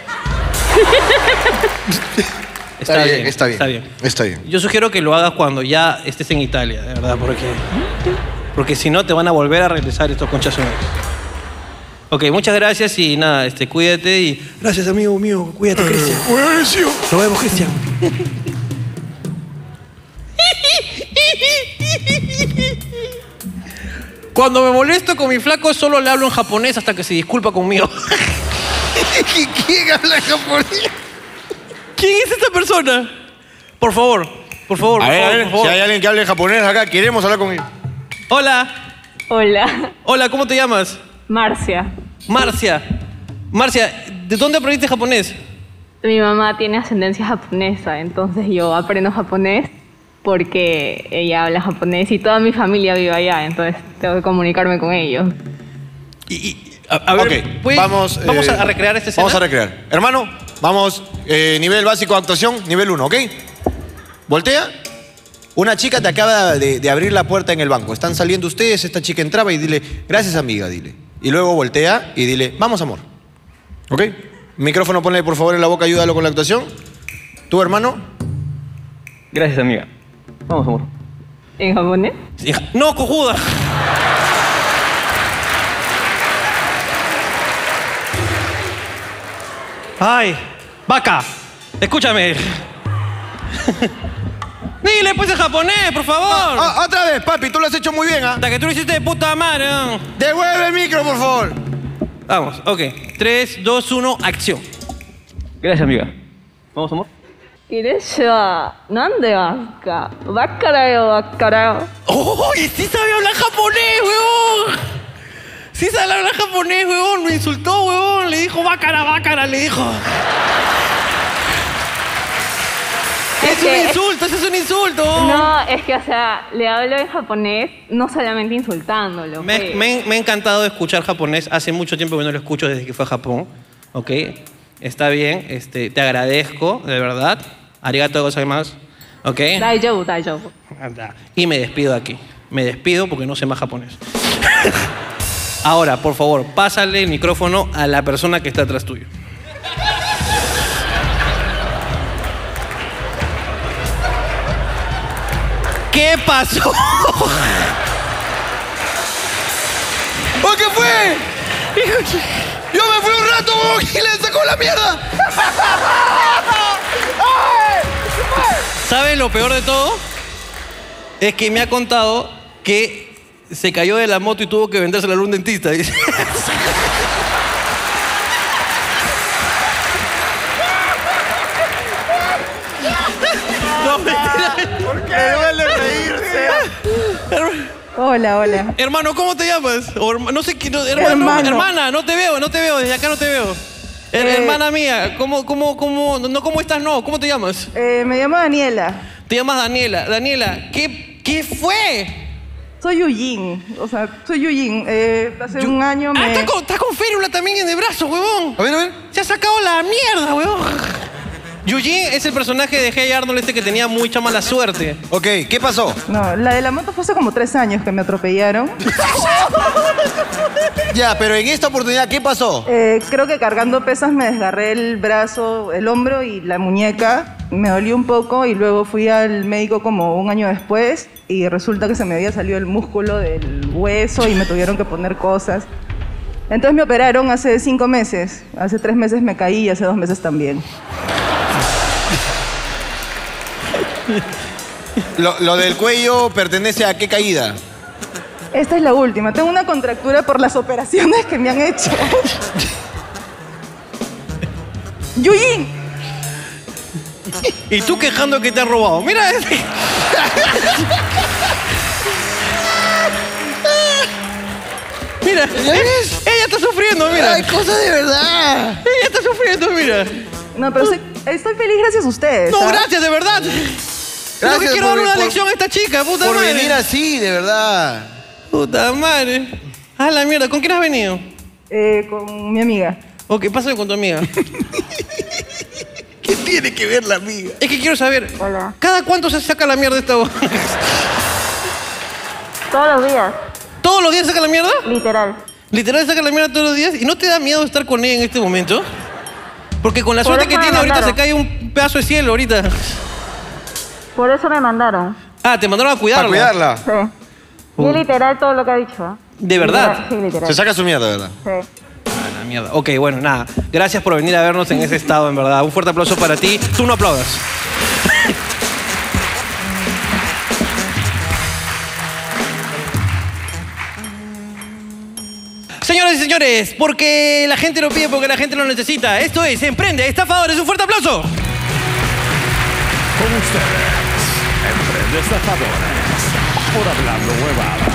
Speaker 1: Está, bien, está bien. Está bien.
Speaker 4: Está bien.
Speaker 1: Yo sugiero que lo hagas cuando ya estés en Italia, de verdad, porque. Porque si no, te van a volver a regresar estos conchas humanos. Ok, muchas gracias y nada, este, cuídate y.
Speaker 5: Gracias, amigo mío. Cuídate, Cristian. Nos vemos, Cristian.
Speaker 1: Cuando me molesto con mi flaco, solo le hablo en japonés hasta que se disculpa conmigo.
Speaker 4: ¿Quién habla japonés?
Speaker 1: ¿Quién es esta persona? Por favor, por favor,
Speaker 7: A
Speaker 1: por
Speaker 7: ver, a
Speaker 1: favor,
Speaker 7: ver,
Speaker 1: por favor.
Speaker 7: si hay alguien que hable japonés acá, queremos hablar con él.
Speaker 1: Hola.
Speaker 13: Hola,
Speaker 1: Hola, ¿cómo te llamas?
Speaker 13: Marcia.
Speaker 1: Marcia. Marcia, ¿de dónde aprendiste japonés?
Speaker 13: Mi mamá tiene ascendencia japonesa, entonces yo aprendo japonés porque ella habla japonés y toda mi familia vive allá, entonces tengo que comunicarme con ellos.
Speaker 7: A, ver, vamos, eh,
Speaker 1: vamos a recrear esta escena?
Speaker 7: Vamos a recrear. Hermano, vamos, eh, nivel básico de actuación, nivel 1, ¿ok? Voltea. Una chica te acaba de, de abrir la puerta en el banco. Están saliendo ustedes, esta chica entraba y dile, gracias amiga, dile. Y luego voltea y dile, vamos amor. ¿Ok? Micrófono ponle por favor en la boca, ayúdalo con la actuación. ¿Tu hermano?
Speaker 19: Gracias, amiga. Vamos, amor.
Speaker 13: ¿En japonés?
Speaker 1: No, cojuda. Ay, vaca, escúchame. Dile pues en japonés, por favor.
Speaker 7: otra vez, Eh, papi, tú lo has hecho muy bien, ¿ah?
Speaker 1: Hasta que tú lo hiciste de puta madre.
Speaker 7: Devuelve el micro, por favor.
Speaker 1: Vamos, ok. 3, 2, 1, acción.
Speaker 19: Gracias, amiga. Vamos, amor.
Speaker 13: いらっしゃい。なんでわっか。わっからよ、わっからよ。
Speaker 1: ¡Oye, sí sabe hablar japonés, weón! Sí sabe hablar japonés, weón. Lo insultó, weón. Le dijo bácara, bácara, le dijo. Es un insulto, ese es un insulto.
Speaker 13: No, es que, o sea, le hablo en japonés, no solamente insultándolo.
Speaker 1: Me,
Speaker 13: pues.
Speaker 1: me- me ha encantado escuchar japonés. Hace mucho tiempo que no lo escucho desde que fue a Japón. ¿Ok? Está bien, este, te agradezco, de verdad. Arigato gozaimasu. ¿Ok?
Speaker 13: Daijou, daijou.
Speaker 1: Anda. Y me despido de aquí. Me despido porque no sé más japonés. Ahora, por favor, pásale el micrófono a la persona que está atrás tuyo. ¿Qué pasó?
Speaker 11: ¿O qué fue? Yo me fui un rato huevón, y le sacó la mierda.
Speaker 1: ¿Saben lo peor de todo? Es que me ha contado que se cayó de la moto y tuvo que venderse a un dentista. Dice.
Speaker 5: No, mentira. ¿Por qué? Me duele reírse.
Speaker 14: Hola, hola.
Speaker 1: Hermano, ¿cómo te llamas? O herma- no sé qué. no, hermano,
Speaker 14: Hermano.
Speaker 1: Hermana, no te veo, no te veo, desde acá no te veo. Her-
Speaker 14: Eh.
Speaker 1: Hermana mía, ¿cómo, cómo, cómo, no, cómo estás, no? ¿Cómo te llamas?
Speaker 14: Eh, me llamo Daniela.
Speaker 1: Te llamas Daniela. Daniela, ¿qué, qué fue?
Speaker 14: Soy Yuyin. O sea, soy Yuyin. Eh, hace un año me.
Speaker 1: Ah, está con, está con férula también en el brazo, huevón. A ver, a ver. Se ha sacado la mierda, huevón. Yuji es el personaje de Hey Arnold este que tenía mucha mala suerte. Ok, ¿qué pasó?
Speaker 14: No, la de la moto fue hace como tres años que me atropellaron.
Speaker 4: Ya, pero en esta oportunidad, ¿qué pasó?
Speaker 14: Eh, creo que cargando pesas me desgarré el brazo, el hombro y la muñeca. Me dolió un poco y luego fui al médico como un año después y resulta que se me había salido el músculo del hueso y me tuvieron que poner cosas. Entonces me operaron hace cinco meses. Hace tres meses me caí y hace dos meses también.
Speaker 4: Lo, lo del cuello pertenece a qué caída?
Speaker 14: Esta es la última. Tengo una contractura por las operaciones que me han hecho. ¡Yuyin!
Speaker 1: Y tú quejando que te han robado. Mira este. ese. Mira, ella- ella está sufriendo, mira.
Speaker 14: Ay, cosas de verdad.
Speaker 1: Ella está sufriendo, mira.
Speaker 14: No, pero soy- estoy feliz gracias a ustedes.
Speaker 1: No,
Speaker 14: ¿ah?
Speaker 1: gracias, de verdad. Creo que quiero dar una lección a esta chica, puta
Speaker 4: por
Speaker 1: madre.
Speaker 4: venir
Speaker 1: así, de verdad. Puta madre. A la mierda, ¿con quién has venido?
Speaker 14: Eh, con mi amiga.
Speaker 1: Ok, pásame con tu amiga. ¿Qué tiene que ver la amiga? Es que quiero saber, ¿cada cuánto se saca la mierda esta voz?
Speaker 20: Todos los días.
Speaker 1: ¿Todos los días saca la mierda?
Speaker 20: Literal.
Speaker 1: Literal saca la mierda todos los días. ¿Y no te da miedo estar con ella en este momento? Porque con la
Speaker 20: Por
Speaker 1: suerte
Speaker 20: eso
Speaker 1: que
Speaker 20: me
Speaker 1: tiene ahorita se
Speaker 20: mandaron.
Speaker 1: cae un pedazo de cielo ahorita.
Speaker 20: Por eso me mandaron.
Speaker 1: Ah, te mandaron a cuidarla.
Speaker 20: Sí. Y es literal todo lo que ha dicho. ¿ah?
Speaker 1: ¿De verdad?
Speaker 20: Literal, sí, literal.
Speaker 1: su mierda, ¿verdad?
Speaker 20: Sí.
Speaker 1: Ah, la mierda. Ok, bueno, nada. Gracias por venir a vernos en ese estado, en verdad. Un fuerte aplauso para ti. Tú no aplaudas. Señoras y señores, porque la gente lo pide, porque la gente lo necesita. Esto es Emprende Estafadores. Un fuerte aplauso.
Speaker 21: Con ustedes, Emprende Estafadores, por Hablando Huevadas.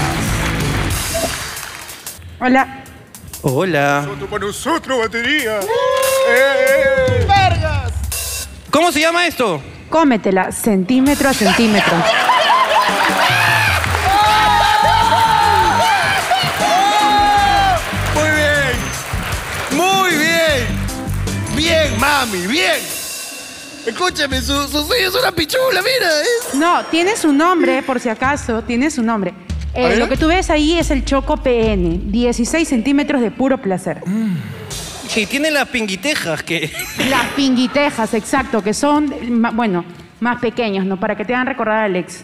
Speaker 14: Hola.
Speaker 1: Hola.
Speaker 21: Para nosotros, batería.
Speaker 5: eh.
Speaker 10: ¡Vergas!
Speaker 1: ¿Cómo se llama esto?
Speaker 14: Cómetela centímetro a centímetro.
Speaker 11: Muy bien. Muy bien. Bien, mami, bien. Escúchame, su, su sello es una pichula, mira. es-
Speaker 22: No, tiene su nombre, por si acaso, tiene su nombre. Eh,
Speaker 11: A ver.
Speaker 22: lo que tú ves ahí es el Choco PN, 16 centímetros de puro placer.
Speaker 1: Que tiene las pinguitejas que...
Speaker 22: Las pinguitejas, exacto, que son, ma- bueno, más pequeños, ¿no? Para que te hagan recordar al ex.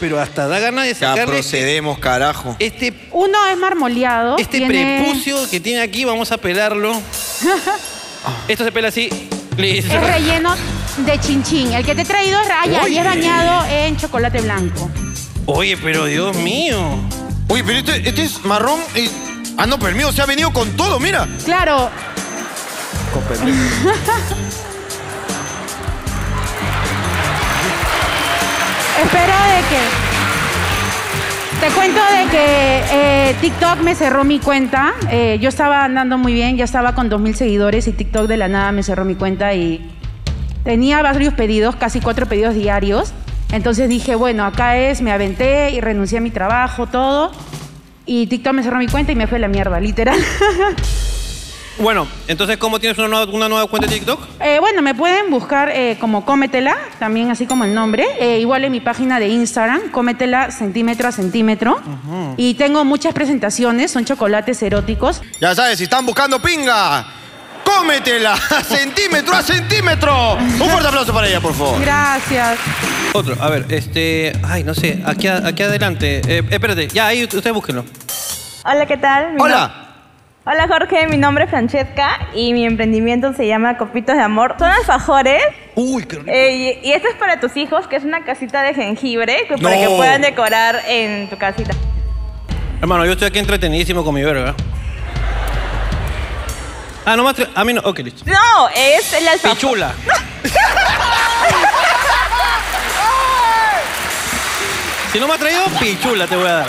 Speaker 1: Pero hasta da ganas de
Speaker 4: Ya
Speaker 1: sacarle
Speaker 4: procedemos, carajo.
Speaker 1: este
Speaker 22: Uno es marmoleado.
Speaker 1: Este
Speaker 22: tiene-
Speaker 1: prepucio que tiene aquí, vamos a pelarlo. Esto se pela así. Listo.
Speaker 22: Es relleno de chinchín. El que te he traído es raya y
Speaker 1: Oye.
Speaker 22: es bañado en chocolate blanco.
Speaker 1: Oye, pero Dios mío.
Speaker 4: Oye, pero este, este es marrón. y- Ah, no, pero el mío se ha venido con todo, mira.
Speaker 22: Claro. Espera de que. Te cuento de que eh, TikTok me cerró mi cuenta. Eh, yo estaba andando muy bien, ya estaba con 2.000 seguidores y TikTok de la nada me cerró mi cuenta y tenía varios pedidos, casi cuatro pedidos diarios. Entonces dije, bueno, acá es, me aventé y renuncié a mi trabajo, todo. Y TikTok me cerró mi cuenta y me fue a la mierda, literal.
Speaker 1: Bueno, entonces, ¿cómo tienes una nueva, una nueva cuenta de TikTok?
Speaker 22: Eh, bueno, me pueden buscar eh, como Cómetela, también así como el nombre. Eh, igual en mi página de Instagram, Cómetela centímetro a centímetro.
Speaker 4: Mm.
Speaker 22: Y tengo muchas presentaciones, son chocolates eróticos.
Speaker 4: Ya sabes, si están buscando pinga, cómetela centímetro a centímetro. Un fuerte aplauso para ella, por favor.
Speaker 22: Gracias.
Speaker 1: Otro, a ver, este. Ay, no sé, aquí, a- aquí adelante. Eh, espérate, ya, ahí ustedes búsquenlo.
Speaker 20: Hola, ¿qué tal? Mi
Speaker 1: Hola.
Speaker 20: no- Hola Jorge, mi nombre es Francesca y mi emprendimiento se llama Copitos de Amor. Son alfajores.
Speaker 5: Uy,
Speaker 20: eh, y, y esto es para tus hijos, que es una casita de jengibre que- para
Speaker 1: No.
Speaker 20: que puedan decorar en tu casita.
Speaker 1: Hermano, yo estoy aquí entretenidísimo con mi verga. Ah, nomás. tre- A mí no. Ok, listo.
Speaker 20: No, es el alfajor.
Speaker 1: Pichula. Si no me has traído, pichula te voy a dar.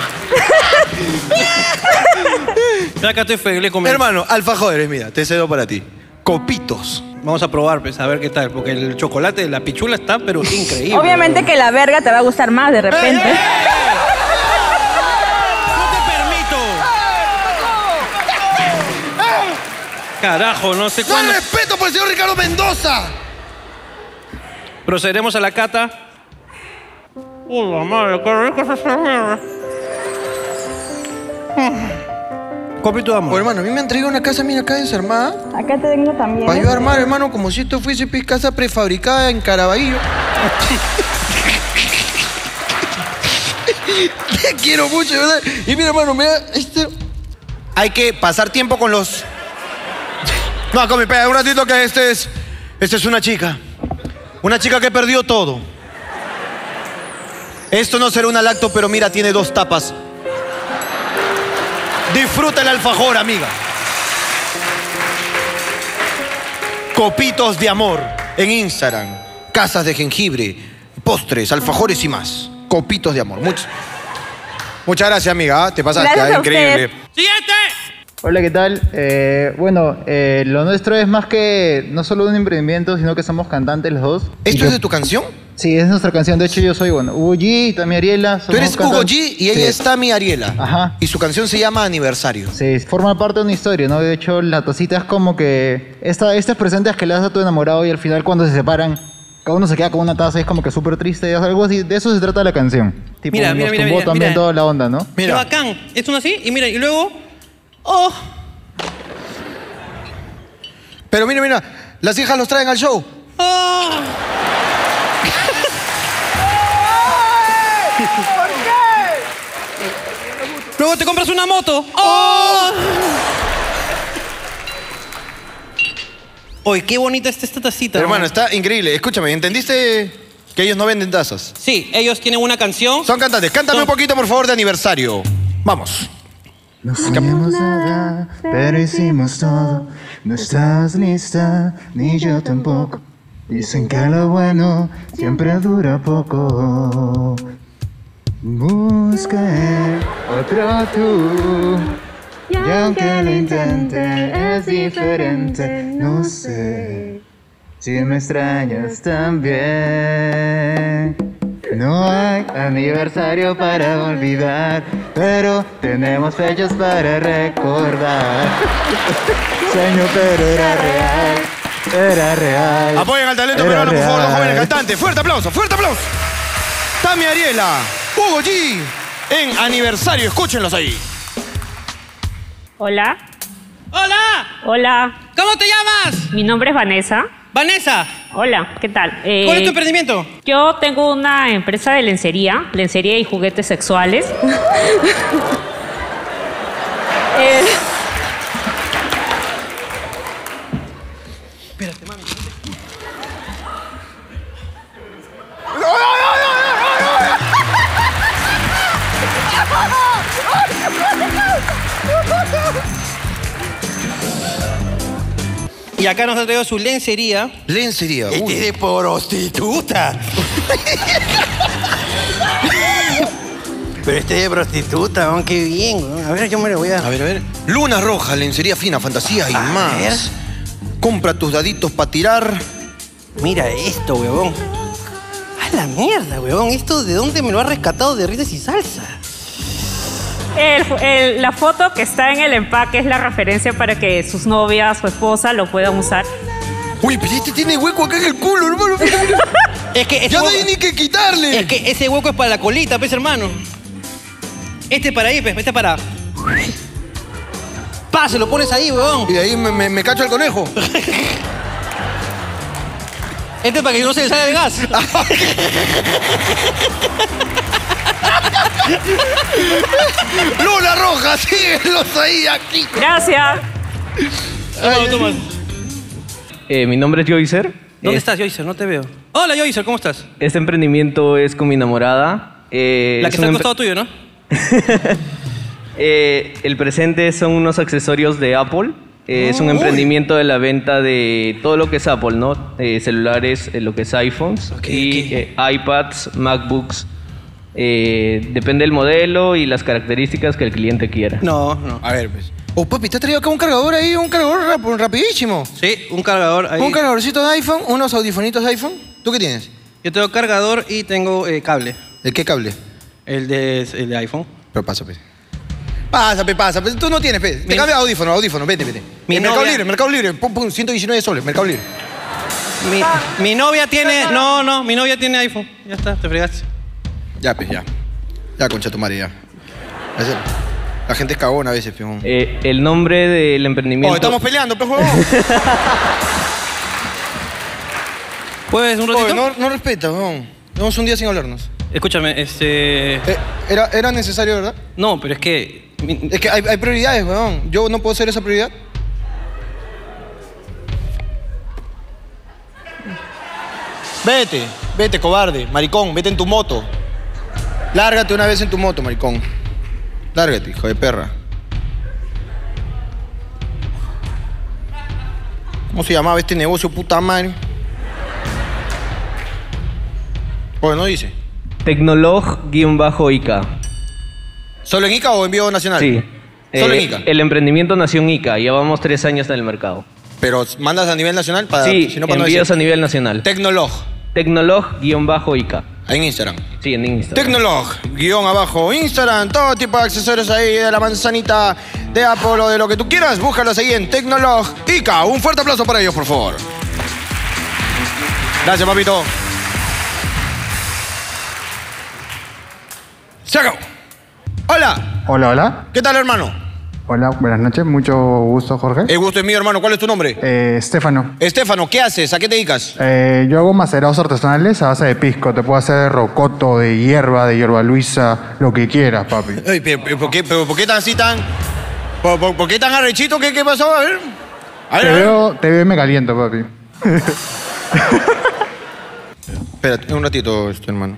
Speaker 1: Ya acá estoy feliz con mi-
Speaker 4: Hermano, alfajores, mira, te cedo para ti. Copitos.
Speaker 1: Vamos a probar, pues, a ver qué tal. Porque el chocolate, de la pichula está, pero increíble. Eh,
Speaker 20: Obviamente que la verga te va a gustar más de repente.
Speaker 1: Carajo, no sé cuándo.
Speaker 23: respeto por el señor Ricardo Mendoza!
Speaker 1: Procederemos a la cata. Uy, la madre, qué rico es esa mierda. Copito de amor.
Speaker 4: hermano, a mí me han traído una casa, mira, acá desarmada.
Speaker 20: Acá te tengo también. ¿eh?
Speaker 4: Para yo armar, hermano, como si esto fuese pues, casa prefabricada en Caraballo.
Speaker 23: Te quiero mucho, de ¿verdad? Y mira, hermano, mira, este...
Speaker 4: Hay que pasar tiempo con los. No, con mi pe- un ratito que este es. Esta es una chica. Una chica que perdió todo. Esto no será una lacto, pero mira, tiene dos tapas. Disfruta el alfajor, amiga. Copitos de amor en Instagram. Casas de jengibre, postres, alfajores y más. Copitos de amor. Much- Muchas gracias, amiga. ¿ah? Te pasaste, ah,
Speaker 16: Gracias a
Speaker 4: increíble.
Speaker 16: Hola, ¿qué tal? Eh, bueno, eh, lo nuestro es más que no solo un emprendimiento, sino que somos cantantes los dos.
Speaker 4: ¿Esto es de tu canción?
Speaker 16: Sí, es nuestra canción. De hecho, yo soy, bueno, Hugo G y también Ariela.
Speaker 4: Tú eres Hugo G y ella es Tami Ariela. Ajá. Y su canción se llama Aniversario.
Speaker 16: Sí, forma parte de una historia, ¿no? De hecho, la tacita es como que esta, estas presentes que le das a tu enamorado y al final cuando se separan, cada uno se queda con una taza y es como que súper triste, es algo así. De eso se trata la canción. Tipo,
Speaker 1: Mira,
Speaker 16: nos
Speaker 1: mira, mira,
Speaker 16: tumbó
Speaker 1: mira,
Speaker 16: también
Speaker 1: mira.
Speaker 16: toda la onda, ¿no?
Speaker 1: Qué bacán. Es uno así, y mira, y luego. ¡Oh!
Speaker 4: Pero mira, mira, las hijas los traen al show.
Speaker 1: ¡Oh!
Speaker 5: ¿Por qué?
Speaker 1: Luego te compras una moto. Oh. Oye, qué bonita está esta tacita.
Speaker 4: Hermano, está increíble. Escúchame, ¿entendiste que ellos no venden tazas?
Speaker 1: Sí, ellos tienen una canción.
Speaker 4: Son cantantes. Cántame un poquito, por favor, de aniversario. Vamos.
Speaker 16: No sabemos nada, pero hicimos todo. No estás lista, ni yo tampoco. Dicen que lo bueno siempre dura poco. Busca otro tú. Y aunque lo intente, es diferente. No sé si me extrañas también. No hay aniversario para olvidar, pero tenemos fechas para recordar. Sueño, pero era real, era real.
Speaker 4: Apoyen al talento
Speaker 16: era
Speaker 4: peruano, por favor, los
Speaker 16: real.
Speaker 4: jóvenes cantantes. Fuerte aplauso, fuerte aplauso. Tami Ariela, Hugo G, en aniversario. Escúchenlos ahí.
Speaker 24: Hola.
Speaker 1: ¡Hola!
Speaker 24: Hola.
Speaker 1: ¿Cómo te llamas?
Speaker 24: Mi nombre es Vanessa.
Speaker 1: Vanessa.
Speaker 24: Hola, ¿qué tal? Eh,
Speaker 1: ¿Cuál es tu emprendimiento?
Speaker 24: Yo tengo una empresa de lencería, lencería y juguetes sexuales. Eh,
Speaker 5: ¡No, no, no, no, no, no, no!
Speaker 1: Y acá nos ha traído su lencería.
Speaker 4: Lencería.
Speaker 1: Este es de prostituta.
Speaker 4: Pero este de prostituta, qué bien. A ver, yo me lo voy a... A ver, a ver. Luna roja, lencería fina, fantasía y más.
Speaker 1: ver.
Speaker 4: Compra tus daditos para tirar.
Speaker 1: Mira esto, huevón. A la mierda, huevón. ¿Esto de dónde me lo ha rescatado de Rites y Salsa?
Speaker 24: el- el- la foto que está en el empaque es la referencia para que sus novias, su esposa lo puedan usar.
Speaker 5: Uy, pero este tiene hueco acá en el culo, hermano.
Speaker 1: Es que
Speaker 5: Ya no hay ni que quitarle.
Speaker 1: Es que ese hueco es para la colita, pues, hermano. Este es para ahí, pues, este es para. Pa, se lo pones ahí, weón.
Speaker 7: Y de ahí me, me- me cacho al conejo.
Speaker 1: Este es para que no se le salga el gas.
Speaker 5: Luna Roja, síguelos ahí, aquí.
Speaker 24: Gracias.
Speaker 4: Eh, mi nombre es Joycer.
Speaker 1: ¿Dónde
Speaker 4: Es-
Speaker 1: estás, Joycer? No te veo. Hola, Joycer, ¿cómo estás?
Speaker 4: Este emprendimiento es con mi enamorada. Eh,
Speaker 1: La que
Speaker 4: es
Speaker 1: está
Speaker 4: un
Speaker 1: al
Speaker 4: empre-
Speaker 1: costado tuyo, ¿no?
Speaker 4: Eh, el presente son unos accesorios de Apple. Eh, es un
Speaker 1: Oh.
Speaker 4: emprendimiento de la venta de todo lo que es Apple, ¿no? Eh, celulares, eh, lo que es iPhones, y eh, iPads, MacBooks. Eh, depende del modelo y las características que el cliente quiera.
Speaker 1: No, no.
Speaker 7: A ver, pues. Oh, papi, ¿te has traído acá un cargador ahí? Un cargador rap- rapidísimo.
Speaker 1: Sí, un cargador ahí.
Speaker 7: Un cargadorcito de iPhone, unos audifonitos de iPhone. ¿Tú qué tienes?
Speaker 1: Yo tengo cargador y tengo eh, cable.
Speaker 7: ¿El qué cable?
Speaker 1: El de, el de iPhone.
Speaker 7: Pero pasa, pues. Pasa, pe, pasa. pe. Tú no tienes, pe. Te cambia audífono, audífono. Vete, vete.
Speaker 1: Mi
Speaker 7: En Mercado
Speaker 1: novia-
Speaker 7: Libre, Mercado Libre. Pum, pum, 119 soles, Mercado Libre.
Speaker 1: Mi, mi novia tiene. No, no, mi novia tiene iPhone. Ya está, te fregaste.
Speaker 7: Ya, pues, ya. Ya, concha tu madre, ya. Es el- La gente es cagona a veces, peón.
Speaker 4: Eh, el nombre del emprendimiento.
Speaker 7: Oh, estamos peleando, pe, huevón.
Speaker 1: ¿Puedes un ratito?
Speaker 7: Oye, Oh, no, no respeta, huevón. Llevamos un día sin hablarnos.
Speaker 1: Escúchame, este.
Speaker 7: Eh. Era, era necesario, ¿verdad?
Speaker 1: No, pero es que. mi-
Speaker 7: Es que hay, hay prioridades, weón. Yo no puedo ser esa prioridad. Vete, vete, cobarde, maricón, vete en tu moto. Lárgate una vez en tu moto, maricón. Lárgate, hijo de perra. ¿Cómo se llamaba este negocio, puta madre? Oye, no dice.
Speaker 4: Tecnolog-ICA.
Speaker 7: ¿Solo en ICA o envío nacional?
Speaker 4: Sí.
Speaker 7: Solo
Speaker 4: Eh,
Speaker 7: en ICA.
Speaker 4: El emprendimiento nació en ICA. Llevamos tres años en el mercado.
Speaker 7: Pero mandas a nivel nacional para.
Speaker 4: sí,
Speaker 7: Ah, si no, para no
Speaker 4: envíos
Speaker 7: decir.
Speaker 4: a nivel nacional.
Speaker 7: Tecnolog.
Speaker 4: Tecnolog-ICA.
Speaker 7: En Instagram.
Speaker 4: Sí, en Instagram.
Speaker 7: Tecnolog, guión abajo, Instagram, todo tipo de accesorios ahí, de la manzanita, de Apple o de lo que tú quieras, búscalos ahí en Tecnolog ICA. Un fuerte aplauso para ellos, por favor. Gracias, papito. Se acabó. Hola,
Speaker 9: Hola, hola.
Speaker 7: ¿qué tal, hermano?
Speaker 9: Hola, buenas noches. Mucho gusto, Jorge.
Speaker 7: El gusto es mío, hermano. ¿Cuál es tu nombre?
Speaker 9: Eh, Estefano.
Speaker 7: Estefano, ¿qué haces? ¿A qué te dedicas?
Speaker 9: Eh, yo hago macerados artesanales a base de pisco. Te puedo hacer de rocoto, de hierba, de hierba luisa, lo que quieras, papi.
Speaker 7: Ey, pero, pero ¿por, qué, pero ¿por qué tan así tan... ¿Por, por- por qué tan arrechito? ¿Qué, qué pasó? A ver. A ver,
Speaker 9: te,
Speaker 7: a ver.
Speaker 9: veo, te veo y me caliento, papi.
Speaker 7: Espérate, un ratito, este, hermano.